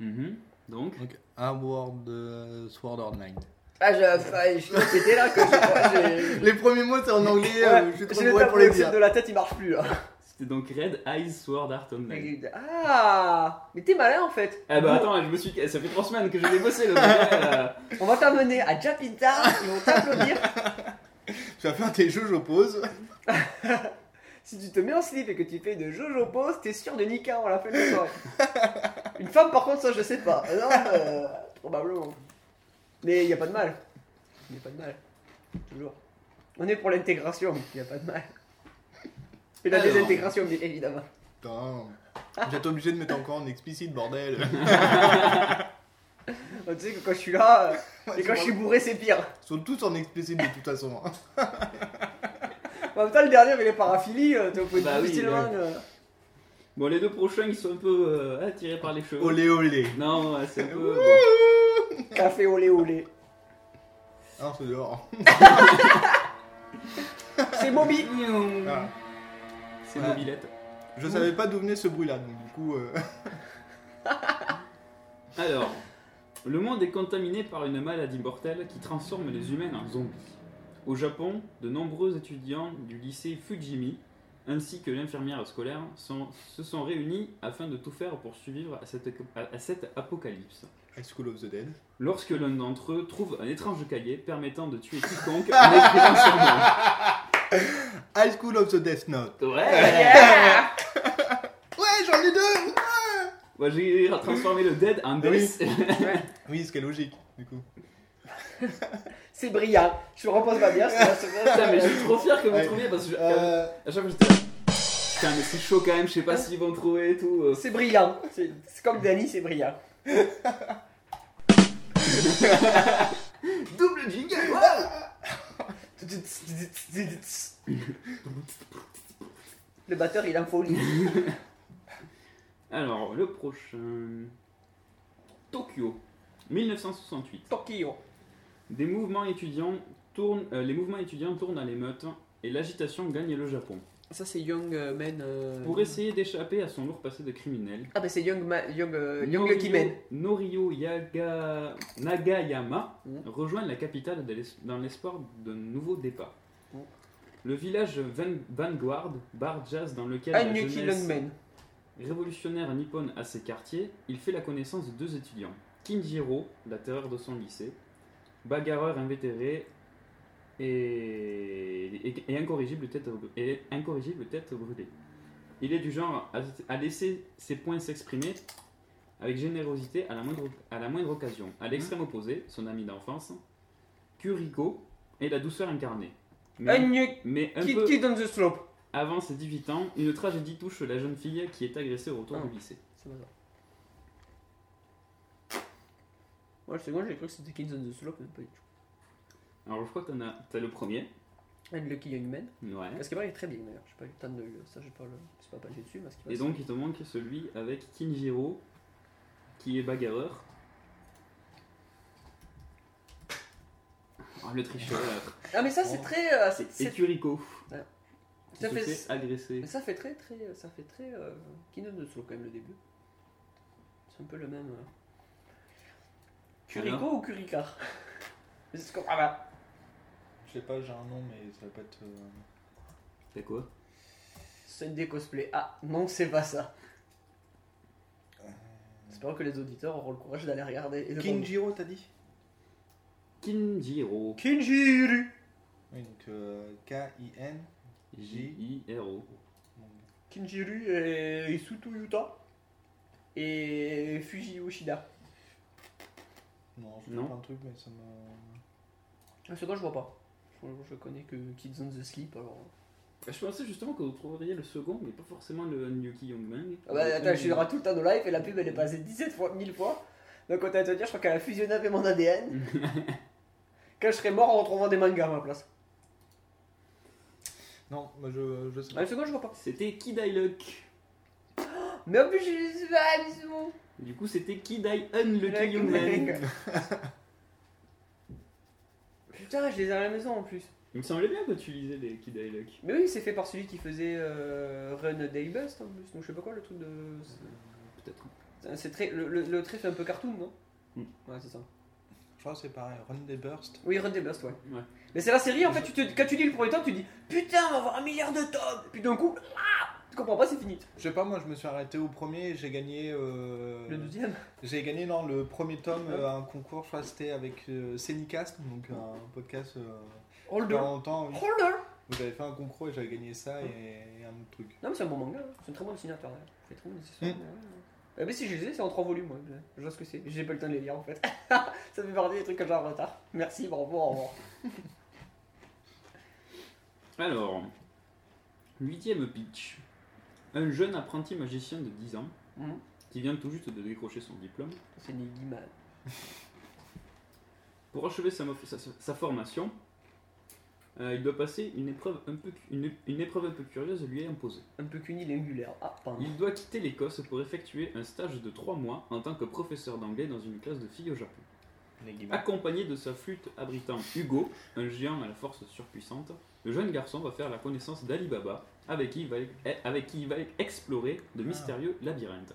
Speaker 5: mhm. Donc,
Speaker 10: Donc, un World euh, Sword Online.
Speaker 2: Ah, je, ah, je suis pété là
Speaker 10: [LAUGHS]
Speaker 2: que je- j'ai-
Speaker 10: Les premiers mots, c'est en anglais, euh, je suis trop
Speaker 2: j'ai le
Speaker 10: mauvais pour les
Speaker 2: tableau
Speaker 10: dire.
Speaker 2: de la tête, il marche plus hein. là.
Speaker 5: c'était donc Red Eyes Sword Art Online.
Speaker 2: Ah, mais t'es malin en fait.
Speaker 10: Eh ben,
Speaker 5: Ah bah attends, je me suis... ça fait trois semaines que je l'ai bossé le gars, euh,
Speaker 2: On va t'amener à Japita, ils vont t'applaudir
Speaker 10: Tu vas faire tes jeux, je pose.
Speaker 2: [LAUGHS] Si tu te mets en slip et que tu fais de Jojo pose, t'es sûr de Nika à la fin de la
Speaker 10: [LAUGHS]
Speaker 2: soirée. Une femme, par contre, ça je sais pas. Non, euh, probablement. Mais y a pas de mal. Y a pas de mal. Toujours. On est pour l'intégration, y a pas de mal. Et la
Speaker 10: Alors.
Speaker 2: désintégration, bien évidemment.
Speaker 10: Putain. J'ai été obligé de mettre encore en explicite, bordel.
Speaker 2: Tu sais que quand je suis là,
Speaker 10: Ah,
Speaker 2: euh, et quand je suis bourré, c'est pire.
Speaker 10: Ils sont tous en explicite de toute façon.
Speaker 2: Bah, En même temps, le dernier avec les paraphilies, euh, t'as pouvez
Speaker 5: Bah oui,
Speaker 2: difficilement.
Speaker 5: ouais.
Speaker 2: euh,
Speaker 5: Bon, les deux prochains, ils sont un peu euh, attirés par les cheveux.
Speaker 10: Olé olé.
Speaker 5: Non, ouais, c'est un peu... bon.
Speaker 2: Café olé olé.
Speaker 10: Non, Ah, c'est dehors.
Speaker 2: C'est
Speaker 5: [LAUGHS]
Speaker 2: Moby
Speaker 10: Ah.
Speaker 5: C'est
Speaker 10: Voilà.
Speaker 5: mobilette.
Speaker 10: Je savais pas d'où venait ce bruit là, donc du coup. euh, [LAUGHS]
Speaker 5: Alors, le monde est contaminé par une maladie mortelle qui transforme les humains en zombies. Au Japon, de nombreux étudiants du lycée Fujimi ainsi que l'infirmière scolaire sont- se sont réunis afin de tout faire pour survivre à cette, à cette apocalypse.
Speaker 10: High School of the Dead.
Speaker 5: Lorsque l'un d'entre eux trouve un étrange cahier permettant de
Speaker 10: [LAUGHS]
Speaker 5: tuer quiconque en écrivant son nom.
Speaker 10: High School of the Death Note.
Speaker 5: Ouais
Speaker 10: Ouais, j'en ai deux
Speaker 5: Moi j'ai transformé le dead en
Speaker 10: [LAUGHS]
Speaker 5: death.
Speaker 10: Oui, ce qui est logique, du coup.
Speaker 2: C'est brillant. Je me repose pas bien. c'est-
Speaker 5: [LAUGHS] Putain, mais je suis trop fier que vous
Speaker 10: Ouais.
Speaker 5: trouviez parce que je-
Speaker 10: Euh,
Speaker 5: à chaque fois j'étais. Putain, mais c'est chaud quand même, je sais pas s'ils vont trouver et tout. euh.
Speaker 2: C'est brillant. C'est c'est comme Danny, c'est brillant.
Speaker 5: Double jingle
Speaker 2: Le batteur, il est en folie.
Speaker 5: Alors, le prochain. Tokyo, 1968.
Speaker 2: Tokyo.
Speaker 5: Des mouvements étudiants tournent, euh, les mouvements étudiants tournent à l'émeute et l'agitation gagne le Japon.
Speaker 2: Ça, c'est Young euh, Men. euh,
Speaker 5: Pour essayer d'échapper à son lourd passé de criminel,
Speaker 2: Ah, bah c'est Young, Ma- Young, euh, Young
Speaker 5: Norio-
Speaker 2: Kimen.
Speaker 5: Norio Yaga- Nagayama
Speaker 2: Mm.
Speaker 5: rejoint la capitale de l'es- dans l'espoir d'un nouveau départ.
Speaker 2: Mm.
Speaker 5: Le village Van- Vanguard, bar jazz dans lequel la
Speaker 2: Anuki
Speaker 5: jeunesse
Speaker 2: Young Men.
Speaker 5: révolutionnaire nippone à ses quartiers, il fait la connaissance de deux étudiants. Kinjiro, la terreur de son lycée, bagarreur invétéré et, et- et incorrigible, tête, br- et incorrigible tête brûlée. Il est du genre à, à laisser ses points s'exprimer avec générosité à la moindre, à la moindre occasion. À l'extrême opposé, son ami d'enfance, Kuriko, est la douceur incarnée. Mais,
Speaker 2: Anuki
Speaker 5: mais un peu
Speaker 2: Kid on the Slope.
Speaker 5: avant ses 18 ans, une tragédie touche la jeune fille qui est agressée au retour
Speaker 2: Ah.
Speaker 5: du lycée.
Speaker 2: Moi, le second, j'ai cru que c'était Kids on the Slope, mais pas du tout.
Speaker 5: Alors je crois que t'en as, t'as le premier.
Speaker 2: Unlucky Young Men.
Speaker 5: Ouais.
Speaker 2: Parce qu'il est très bien d'ailleurs. J'ai pas eu le temps de le. Ça, j'ai pas le. C'est pas passé dessus. parce qu'il
Speaker 5: Et donc il te manque celui avec Kinjiro, qui est bagarreur. Ah le tricheur.
Speaker 2: Ah, mais ça, c'est très. euh, c'est-
Speaker 5: Oh. et
Speaker 2: c'est-
Speaker 5: Kuriko.
Speaker 2: Ouais.
Speaker 5: Qui
Speaker 2: Ça
Speaker 5: se
Speaker 2: fait-
Speaker 5: fait agresser.
Speaker 2: Mais ça fait très très ça fait très euh, Kingdom Hearts, quand même le début. C'est un peu le même. euh. Kuriko ou Kurika [LAUGHS] Mais c'est ce qu'on- ah bah,
Speaker 1: Je sais pas, j'ai un nom, mais ça va pas être. euh,
Speaker 5: C'est quoi
Speaker 2: Sunday cosplay. Ah non c'est pas ça. J'espère que les auditeurs auront le courage d'aller regarder. et de
Speaker 1: Kinjiro, t'as dit
Speaker 5: Kinjiro.
Speaker 2: prendre- Kinjiru
Speaker 1: Oui, donc euh, K-I-N.
Speaker 5: J-I-R-O.
Speaker 2: Kinjiru et Isuto Yuta et Fuji Yoshida.
Speaker 1: Non, je
Speaker 5: Non.
Speaker 1: fais plein de trucs, mais ça me.
Speaker 2: Ah, C'est quoi je vois pas. Je, je connais que Kids on the Sleep alors.
Speaker 5: Je pensais justement que vous trouveriez le second, mais pas forcément le Yuki Youngman.
Speaker 2: bah, Ah bah attends, je suis tout le temps de live et la pub elle est passée 17 fois, 1000 fois. Donc autant te dire, je crois qu'elle a fusionné avec mon [LAUGHS] ADN. Quand je serai mort en retrouvant des mangas à ma place.
Speaker 1: Non, moi je, je sais
Speaker 2: Ah, une seconde, je vois pas.
Speaker 5: C'était Kid I Luck.
Speaker 2: Mais en plus, je suis pas mais c'est bon.
Speaker 5: Du coup, c'était Kid I Unlucky
Speaker 2: Lucky
Speaker 5: Young Man.
Speaker 2: Man. [LAUGHS] Putain, je les ai à la maison en plus.
Speaker 5: Il me semblait bien que tu lisais les Kid I Luck.
Speaker 2: Mais oui, c'est fait par celui qui faisait euh, Run Day Bust en plus. Donc je sais pas quoi le truc de.
Speaker 5: Peut-être.
Speaker 2: C'est- C'est très le, le, le trait fait un peu cartoon, non Ouais, c'est ça.
Speaker 1: Je crois que c'est pareil, Run des Burst.
Speaker 2: Oui, Run Day Bust, ouais.
Speaker 5: Ouais.
Speaker 2: Mais c'est la série, en fait, tu te, quand tu lis le premier tome, tu dis Putain, on va avoir un milliard de tomes Et Puis d'un coup, ah tu comprends pas, c'est fini.
Speaker 1: Je sais pas, moi je me suis arrêté au premier, j'ai gagné. euh,
Speaker 2: Le deuxième
Speaker 1: J'ai gagné dans le premier tome euh, à un concours, je crois que c'était avec euh, Scénicast, donc un podcast euh, il y
Speaker 2: Holder
Speaker 1: a longtemps. oui.
Speaker 2: Holder
Speaker 1: Vous avez fait un concours et j'avais gagné ça et, et un autre truc.
Speaker 2: Non, mais c'est un bon manga, hein. c'est un très bon dessinateur. hein. Il fait très bon dessinateur.
Speaker 1: Mm.
Speaker 2: ouais, ouais. Euh, mais si je les ai, c'est en trois volumes, ouais. je vois ce que c'est. J'ai pas le temps de les lire en fait. [LAUGHS] ça fait partie des trucs que j'ai en retard. Merci, bravo, au revoir.
Speaker 5: Alors, huitième pitch. Un jeune apprenti magicien de 10 ans,
Speaker 2: Mhm.
Speaker 5: qui vient tout juste de décrocher son diplôme,
Speaker 2: C'est Niggy Man.
Speaker 5: pour achever sa, mof- sa- sa formation, euh, il doit passer une épreuve un peu, cu- une, une épreuve un peu curieuse lui est imposée.
Speaker 2: Un peu cunilingulaire. Ah, pardon.
Speaker 5: Il doit quitter l'Écosse pour effectuer un stage de 3 mois en tant que professeur d'anglais dans une classe de filles au Japon. Accompagné de sa flûte abritant Hugo, un géant à la force surpuissante, le jeune garçon va faire la connaissance d'Alibaba, avec qui il va, eh, avec qui il va explorer de mystérieux labyrinthes.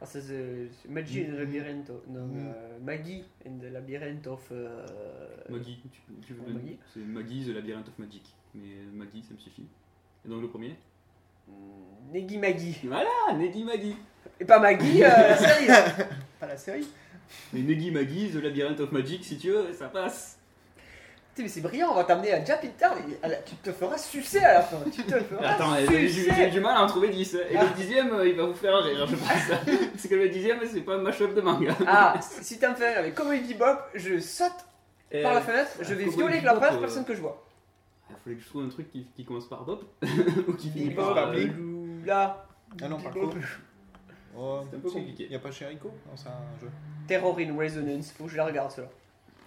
Speaker 2: Ah, c'est euh, c'est Maggie
Speaker 1: Mm-hmm.
Speaker 2: and the Labyrinth. of- Non,
Speaker 1: Mm.
Speaker 2: euh, Maggie and the Labyrinth of. euh,
Speaker 5: Maggie, tu, tu veux
Speaker 2: Ouais, Maggie.
Speaker 5: C'est Maggie, The Labyrinth of Magic. Mais euh, Maggie, ça me suffit. Et donc le premier
Speaker 2: mm, Negi Maggie.
Speaker 5: Ah, Negi Maggie
Speaker 2: Et pas Maggie, euh, la série, hein.
Speaker 1: Pas la série
Speaker 5: Mais Negi Maggie, The Labyrinth of Magic, si tu veux, ça passe
Speaker 2: Putain, mais c'est brillant, on va t'amener à Jap Intern et à la- tu te feras sucer à la fin. Tu te feras
Speaker 5: Attends, eh, j'ai
Speaker 2: sucer.
Speaker 5: j'ai du mal à en trouver 10. Et
Speaker 2: Ah.
Speaker 5: le dixième, euh, il va vous faire rire,
Speaker 2: [LAUGHS]
Speaker 5: je pense. Parce que le dixième, c'est pas un mashup de manga.
Speaker 2: Ah, si t'as me fait rire avec Comedy Bebop, je saute
Speaker 5: Eh,
Speaker 2: par la fenêtre, je
Speaker 5: euh,
Speaker 2: vais
Speaker 5: Cowboy
Speaker 2: violer avec la
Speaker 5: Bebop,
Speaker 2: première
Speaker 5: euh,
Speaker 2: personne que je vois.
Speaker 5: Il fallait que je trouve un truc qui, qui commence par Bob. [LAUGHS] ou qui finit
Speaker 2: Bebop,
Speaker 5: par euh,
Speaker 2: là,
Speaker 1: Ah non, par
Speaker 2: Bebop.
Speaker 1: contre. Oh,
Speaker 5: C'est un peu compliqué.
Speaker 1: Y a pas Cherico Non, c'est un jeu.
Speaker 2: Terror in Resonance, faut que je la regarde cela.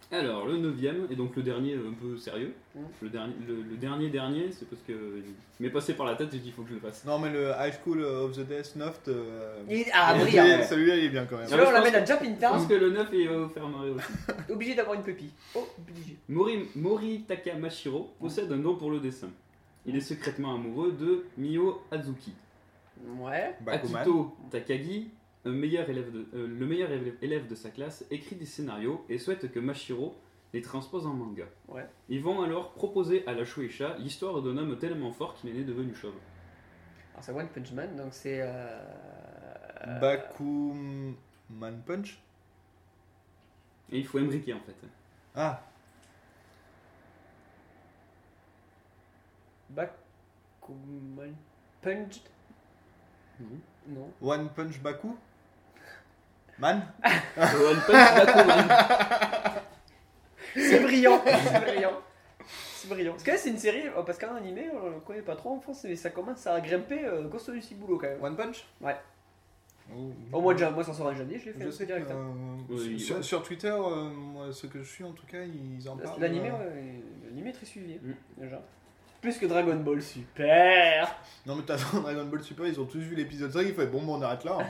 Speaker 5: Alors, le neuvième, et donc le dernier euh, un peu sérieux.
Speaker 2: Mm.
Speaker 5: Le, dernier, le, le dernier dernier, c'est parce que euh, il m'est passé par la tête et je dis il faut que je le fasse.
Speaker 1: Non, mais le High School of the Death Noft. euh,
Speaker 2: Ah,
Speaker 1: il est-
Speaker 2: brillant.
Speaker 5: ouais.
Speaker 1: Celui-là, il est bien quand même.
Speaker 5: Ah, mais
Speaker 2: Celui-là, on
Speaker 5: je
Speaker 2: l'amène à Jap in
Speaker 5: Je pense
Speaker 2: Town,
Speaker 5: que le euh, 9, il va vous faire marrer aussi.
Speaker 2: obligé d'avoir une pupille. Obligé.
Speaker 5: Mori, Mori Takamashiro possède un don pour le dessin. Il est secrètement amoureux de Mio Azuki.
Speaker 2: Ouais.
Speaker 1: Bakuman.
Speaker 5: Akito Takagi, un meilleur élève de- euh, le meilleur élève- élève de sa classe, écrit des scénarios et souhaite que Mashiro les transpose en manga.
Speaker 2: Ouais.
Speaker 5: Ils vont alors proposer à la Shueisha l'histoire d'un homme tellement fort qu'il en est devenu chauve.
Speaker 2: Alors c'est One Punch Man, donc c'est... Euh...
Speaker 1: Bakuman Punch
Speaker 5: Et il faut
Speaker 1: [LAUGHS]
Speaker 5: imbriquer en fait.
Speaker 1: Ah,
Speaker 2: Bakuman Punch Mhm.
Speaker 5: Non.
Speaker 2: Non.
Speaker 1: One Punch Baku Man
Speaker 5: One Punch Bakuman.
Speaker 2: C'est brillant, c'est brillant. C'est brillant. Parce que là, c'est une série, euh, parce qu'en animé, on le connaît pas trop en France, mais ça commence à grimper euh, costaud du ciboulot quand même.
Speaker 1: One Punch
Speaker 2: Ouais.
Speaker 1: Oh,
Speaker 2: Au mois de janvier, moi, ça sort en janvier, je l'ai fait
Speaker 1: Je sais que,
Speaker 2: direct. hein.
Speaker 1: euh,
Speaker 5: Oui,
Speaker 1: sur,
Speaker 5: ouais.
Speaker 1: sur Twitter, euh, moi, ceux que je suis en tout cas, ils en parlent.
Speaker 2: L'animé,
Speaker 1: euh,
Speaker 2: ouais, l'animé est très suivi, hein,
Speaker 5: Mm.
Speaker 2: déjà. Plus que Dragon Ball, super
Speaker 1: Non, mais t'as dans [LAUGHS] Dragon Ball Super, ils ont tous vu l'épisode 5, ils fait bon, bon, on arrête là. hein.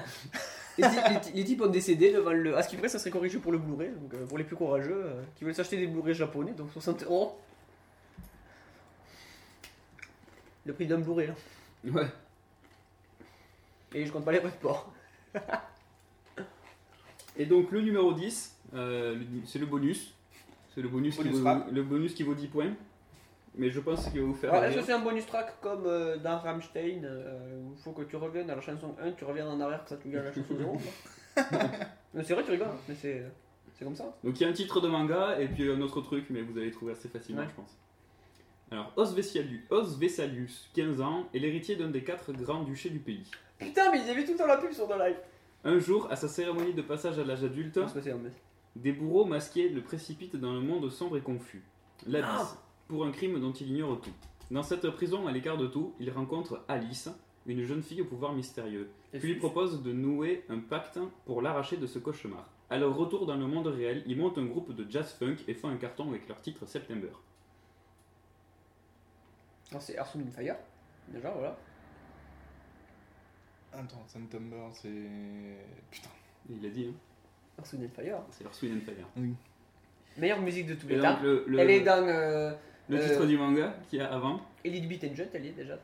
Speaker 2: les, types- les types- les types ont décédé devant le... À ce qu'il paraît, ça serait corrigé pour le Blu-ray, donc euh, pour les plus courageux, euh, qui veulent s'acheter des Blu-ray japonais, donc 60 euros. Le prix d'un Blu-ray, là.
Speaker 5: Ouais.
Speaker 2: Et je compte pas les reports.
Speaker 5: Et donc le numéro 10, euh, le- c'est le bonus. C'est le bonus,
Speaker 1: Bonus
Speaker 5: qui vaut,
Speaker 1: frappe.
Speaker 5: le bonus qui vaut 10 points. Mais je pense qu'il va vous faire.
Speaker 2: Alors, est-ce
Speaker 5: rire.
Speaker 2: que c'est un bonus track comme euh, dans Rammstein euh, où il faut que tu reviennes à la chanson 1, tu reviens en arrière, que ça te gagne la chanson 0 quoi [LAUGHS] Mais c'est vrai, tu rigoles, hein, mais c'est, c'est comme ça.
Speaker 5: Donc il y a un titre de manga et puis un autre truc, mais vous allez trouver assez facilement,
Speaker 2: Ouais.
Speaker 5: je pense. Alors, Osvesalius, Osvesalius, 15 ans, est l'héritier d'un des quatre grands duchés du pays.
Speaker 2: Putain, mais il y avait tout le temps la pub sur The Life
Speaker 5: Un jour, à sa cérémonie de passage à l'âge adulte,
Speaker 2: que c'est un
Speaker 5: des bourreaux masqués le précipitent dans le monde sombre et confus,
Speaker 2: Ah.
Speaker 5: l'abysse, pour un crime dont il ignore tout. Dans cette prison à l'écart de tout, il rencontre Alice, une jeune fille au pouvoir mystérieux,
Speaker 2: Et
Speaker 5: puis lui
Speaker 2: puis-
Speaker 5: propose de nouer un pacte pour l'arracher de ce cauchemar. À leur retour dans le monde réel, ils montent un groupe de jazz funk et font un carton avec leur titre September.
Speaker 2: Non, Ah, c'est Earth, Wind and Fire. Déjà, voilà.
Speaker 1: [LAUGHS] Attends, September, c'est. Putain.
Speaker 5: Il l'a dit, hein,
Speaker 2: Earth, Wind and Fire.
Speaker 5: c'est leur Sweden Fire.
Speaker 2: Meilleure musique de tous les
Speaker 5: Et donc
Speaker 2: temps.
Speaker 5: le, le-
Speaker 2: Elle est dans euh,
Speaker 5: le
Speaker 2: euh,
Speaker 5: titre du manga qu'il y a avant,
Speaker 2: Elite Beat and Jet, elle y est déjà.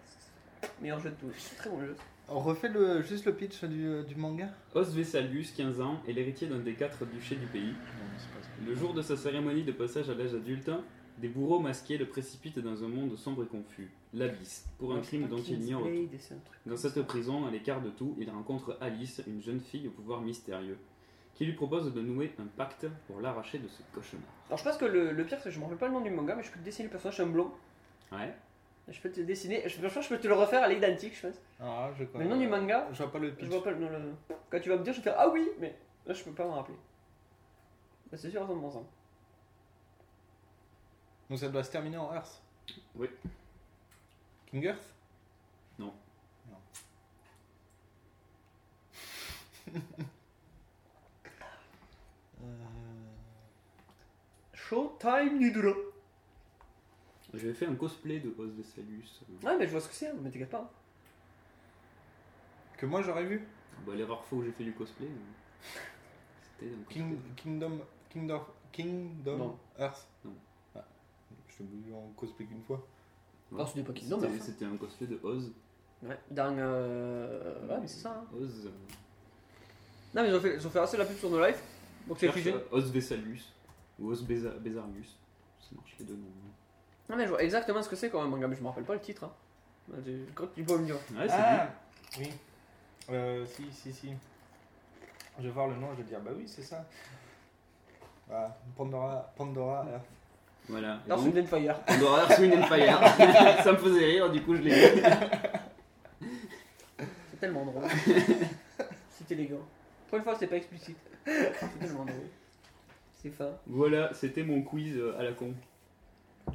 Speaker 2: Meilleur jeu de tous. Très bon jeu.
Speaker 1: On refait le, juste le pitch du, du manga
Speaker 5: Os Vesalius, 15 ans, est l'héritier d'un des quatre duchés du pays.
Speaker 1: Non, c'est pas ça.
Speaker 5: Le jour de sa cérémonie de passage à l'âge adulte, des bourreaux masqués le précipitent dans un monde sombre et confus, l'abysse, pour un crime dont il ignore tout.
Speaker 2: Blade, c'est un truc
Speaker 5: Dans
Speaker 2: comme
Speaker 5: cette
Speaker 2: ça.
Speaker 5: prison, à l'écart de tout, il rencontre Alice, une jeune fille au pouvoir mystérieux, qui lui propose de nouer un pacte pour l'arracher de ce cauchemar.
Speaker 2: Alors je pense que le, le pire c'est que je me rappelle pas le nom du manga mais je peux te dessiner le personnage, c'est un blond.
Speaker 5: Ouais.
Speaker 2: Je peux te dessiner, je, franchement, je peux te le refaire à l'identique je pense.
Speaker 1: Ah, je
Speaker 2: Mais le nom du manga,
Speaker 1: Je vois pas le
Speaker 2: je
Speaker 1: pitch.
Speaker 2: vois pas le, le- Quand tu vas me dire je vais faire ah oui mais là je peux pas m'en rappeler. Bah, c'est sûr elles sont bon sens.
Speaker 1: Donc ça doit se terminer en Earth
Speaker 5: Oui.
Speaker 1: King Earth
Speaker 5: Non.
Speaker 1: Non. Euh,
Speaker 2: Showtime Nidra.
Speaker 5: J'avais fait un cosplay de Os Vesalius. Euh,
Speaker 2: Ouais mais je vois ce que c'est, hein, mais t'inquiète pas.
Speaker 1: Que moi j'aurais vu
Speaker 5: Bah, les rares fois où j'ai fait du cosplay, euh, [LAUGHS] c'était un
Speaker 1: King-
Speaker 5: cosplay.
Speaker 1: Kingdom, Kingdom, Kingdom
Speaker 2: Non.
Speaker 1: Earth
Speaker 5: Non.
Speaker 1: Ah, je t'ai oublié en cosplay qu'une fois.
Speaker 2: Non, c'était pas Kingdom,
Speaker 5: C'était-
Speaker 2: mais enfin.
Speaker 5: C'était un cosplay de Oz.
Speaker 2: hein. Ouais, dans euh... Ouais mais c'est ça. hein.
Speaker 5: Oz. euh,
Speaker 2: Non mais ils ont fait, ils ont fait assez la pub sur nos lives. Donc c'est
Speaker 5: cherche,
Speaker 2: figé.
Speaker 5: euh, Os Vesalius. Ou Os Béza- Bézarius. Ça marche les deux noms. hein.
Speaker 2: Non mais je vois exactement ce que c'est quand même manga mais je me rappelle pas le titre. Hein. Bah, tu- Quand tu peux me dire.
Speaker 5: Ouais, Ah, c'est lui.
Speaker 1: Ah. Oui. Euh, si, si, si. Je vais voir le nom, je vais dire bah oui, c'est ça. Ah, Pandora, Pandora Earth.
Speaker 5: Voilà. Et
Speaker 2: Non,
Speaker 5: donc,
Speaker 2: c'est Blade Fire.
Speaker 5: On doit avoir Swing and Fire. [LAUGHS] ça me faisait rire, du coup je
Speaker 2: [LAUGHS]
Speaker 5: l'ai mis.
Speaker 2: C'est
Speaker 1: [LAUGHS]
Speaker 2: tellement drôle. c'est élégant. Pour une fois, c'est pas explicite. C'est tellement drôle. C'est fin.
Speaker 5: Voilà, c'était mon quiz euh, à la con.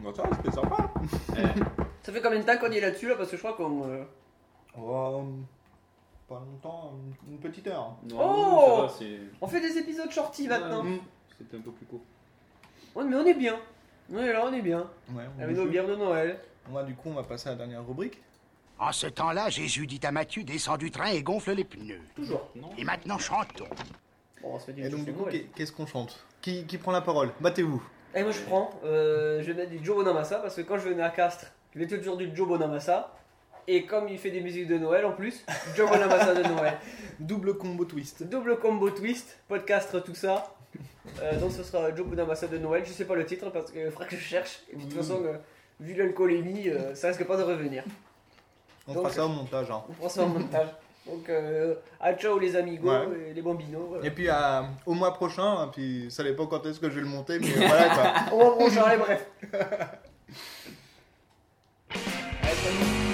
Speaker 1: Bah ça, c'était sympa.
Speaker 2: Ça fait combien de temps qu'on est là-dessus là Parce que je crois qu'on. euh,
Speaker 1: Oh, euh, pas longtemps, une- une petite heure.
Speaker 5: Non,
Speaker 2: Oh
Speaker 5: ça va, c'est. Mmh.
Speaker 2: On fait des épisodes shorty maintenant.
Speaker 5: Ouais, C'était un peu plus court.
Speaker 2: Ouais, mais on est bien. On est là, on est bien.
Speaker 1: Ouais, on
Speaker 2: Avec
Speaker 1: est
Speaker 2: nos
Speaker 1: chaud.
Speaker 2: bières de Noël.
Speaker 1: Moi, du coup, on va passer à la dernière rubrique.
Speaker 3: En ce temps-là, Jésus dit à Matthieu descend du train et gonfle les pneus.
Speaker 2: Toujours.
Speaker 5: Non
Speaker 3: Et maintenant chantons.
Speaker 2: Bon, on se fait du
Speaker 1: Et donc,
Speaker 2: Joe
Speaker 1: du coup,
Speaker 2: Noël.
Speaker 1: qu'est- qu'est-ce qu'on chante qui, qui prend la parole Battez-vous.
Speaker 2: Eh, moi je prends. euh, je vais mettre du Joe Bonamassa parce que quand je venais à Castres, il mettais toujours du Joe Bonamassa. Et comme il fait des musiques de Noël en plus, Joe Bonamassa de Noël.
Speaker 1: Double combo twist.
Speaker 2: Double combo twist, podcast, tout ça. Euh, donc ce sera Joe Bonamassa de Noël. Je sais pas le titre parce que faudra que je cherche. Et puis de toute façon, euh, vu l'alcoolémie, euh, ça risque pas de revenir.
Speaker 1: On
Speaker 2: Donc-
Speaker 1: fera ça au montage. hein.
Speaker 2: On prend ça en montage. Donc euh, à ciao les amigos
Speaker 1: Ouais.
Speaker 2: et les bambinos. voilà.
Speaker 1: Et puis, à- au mois prochain, hein, puis ça dépend quand est-ce que je vais le monter, mais voilà quoi.
Speaker 2: Au revoir, prochain, et bref. Allez, salut.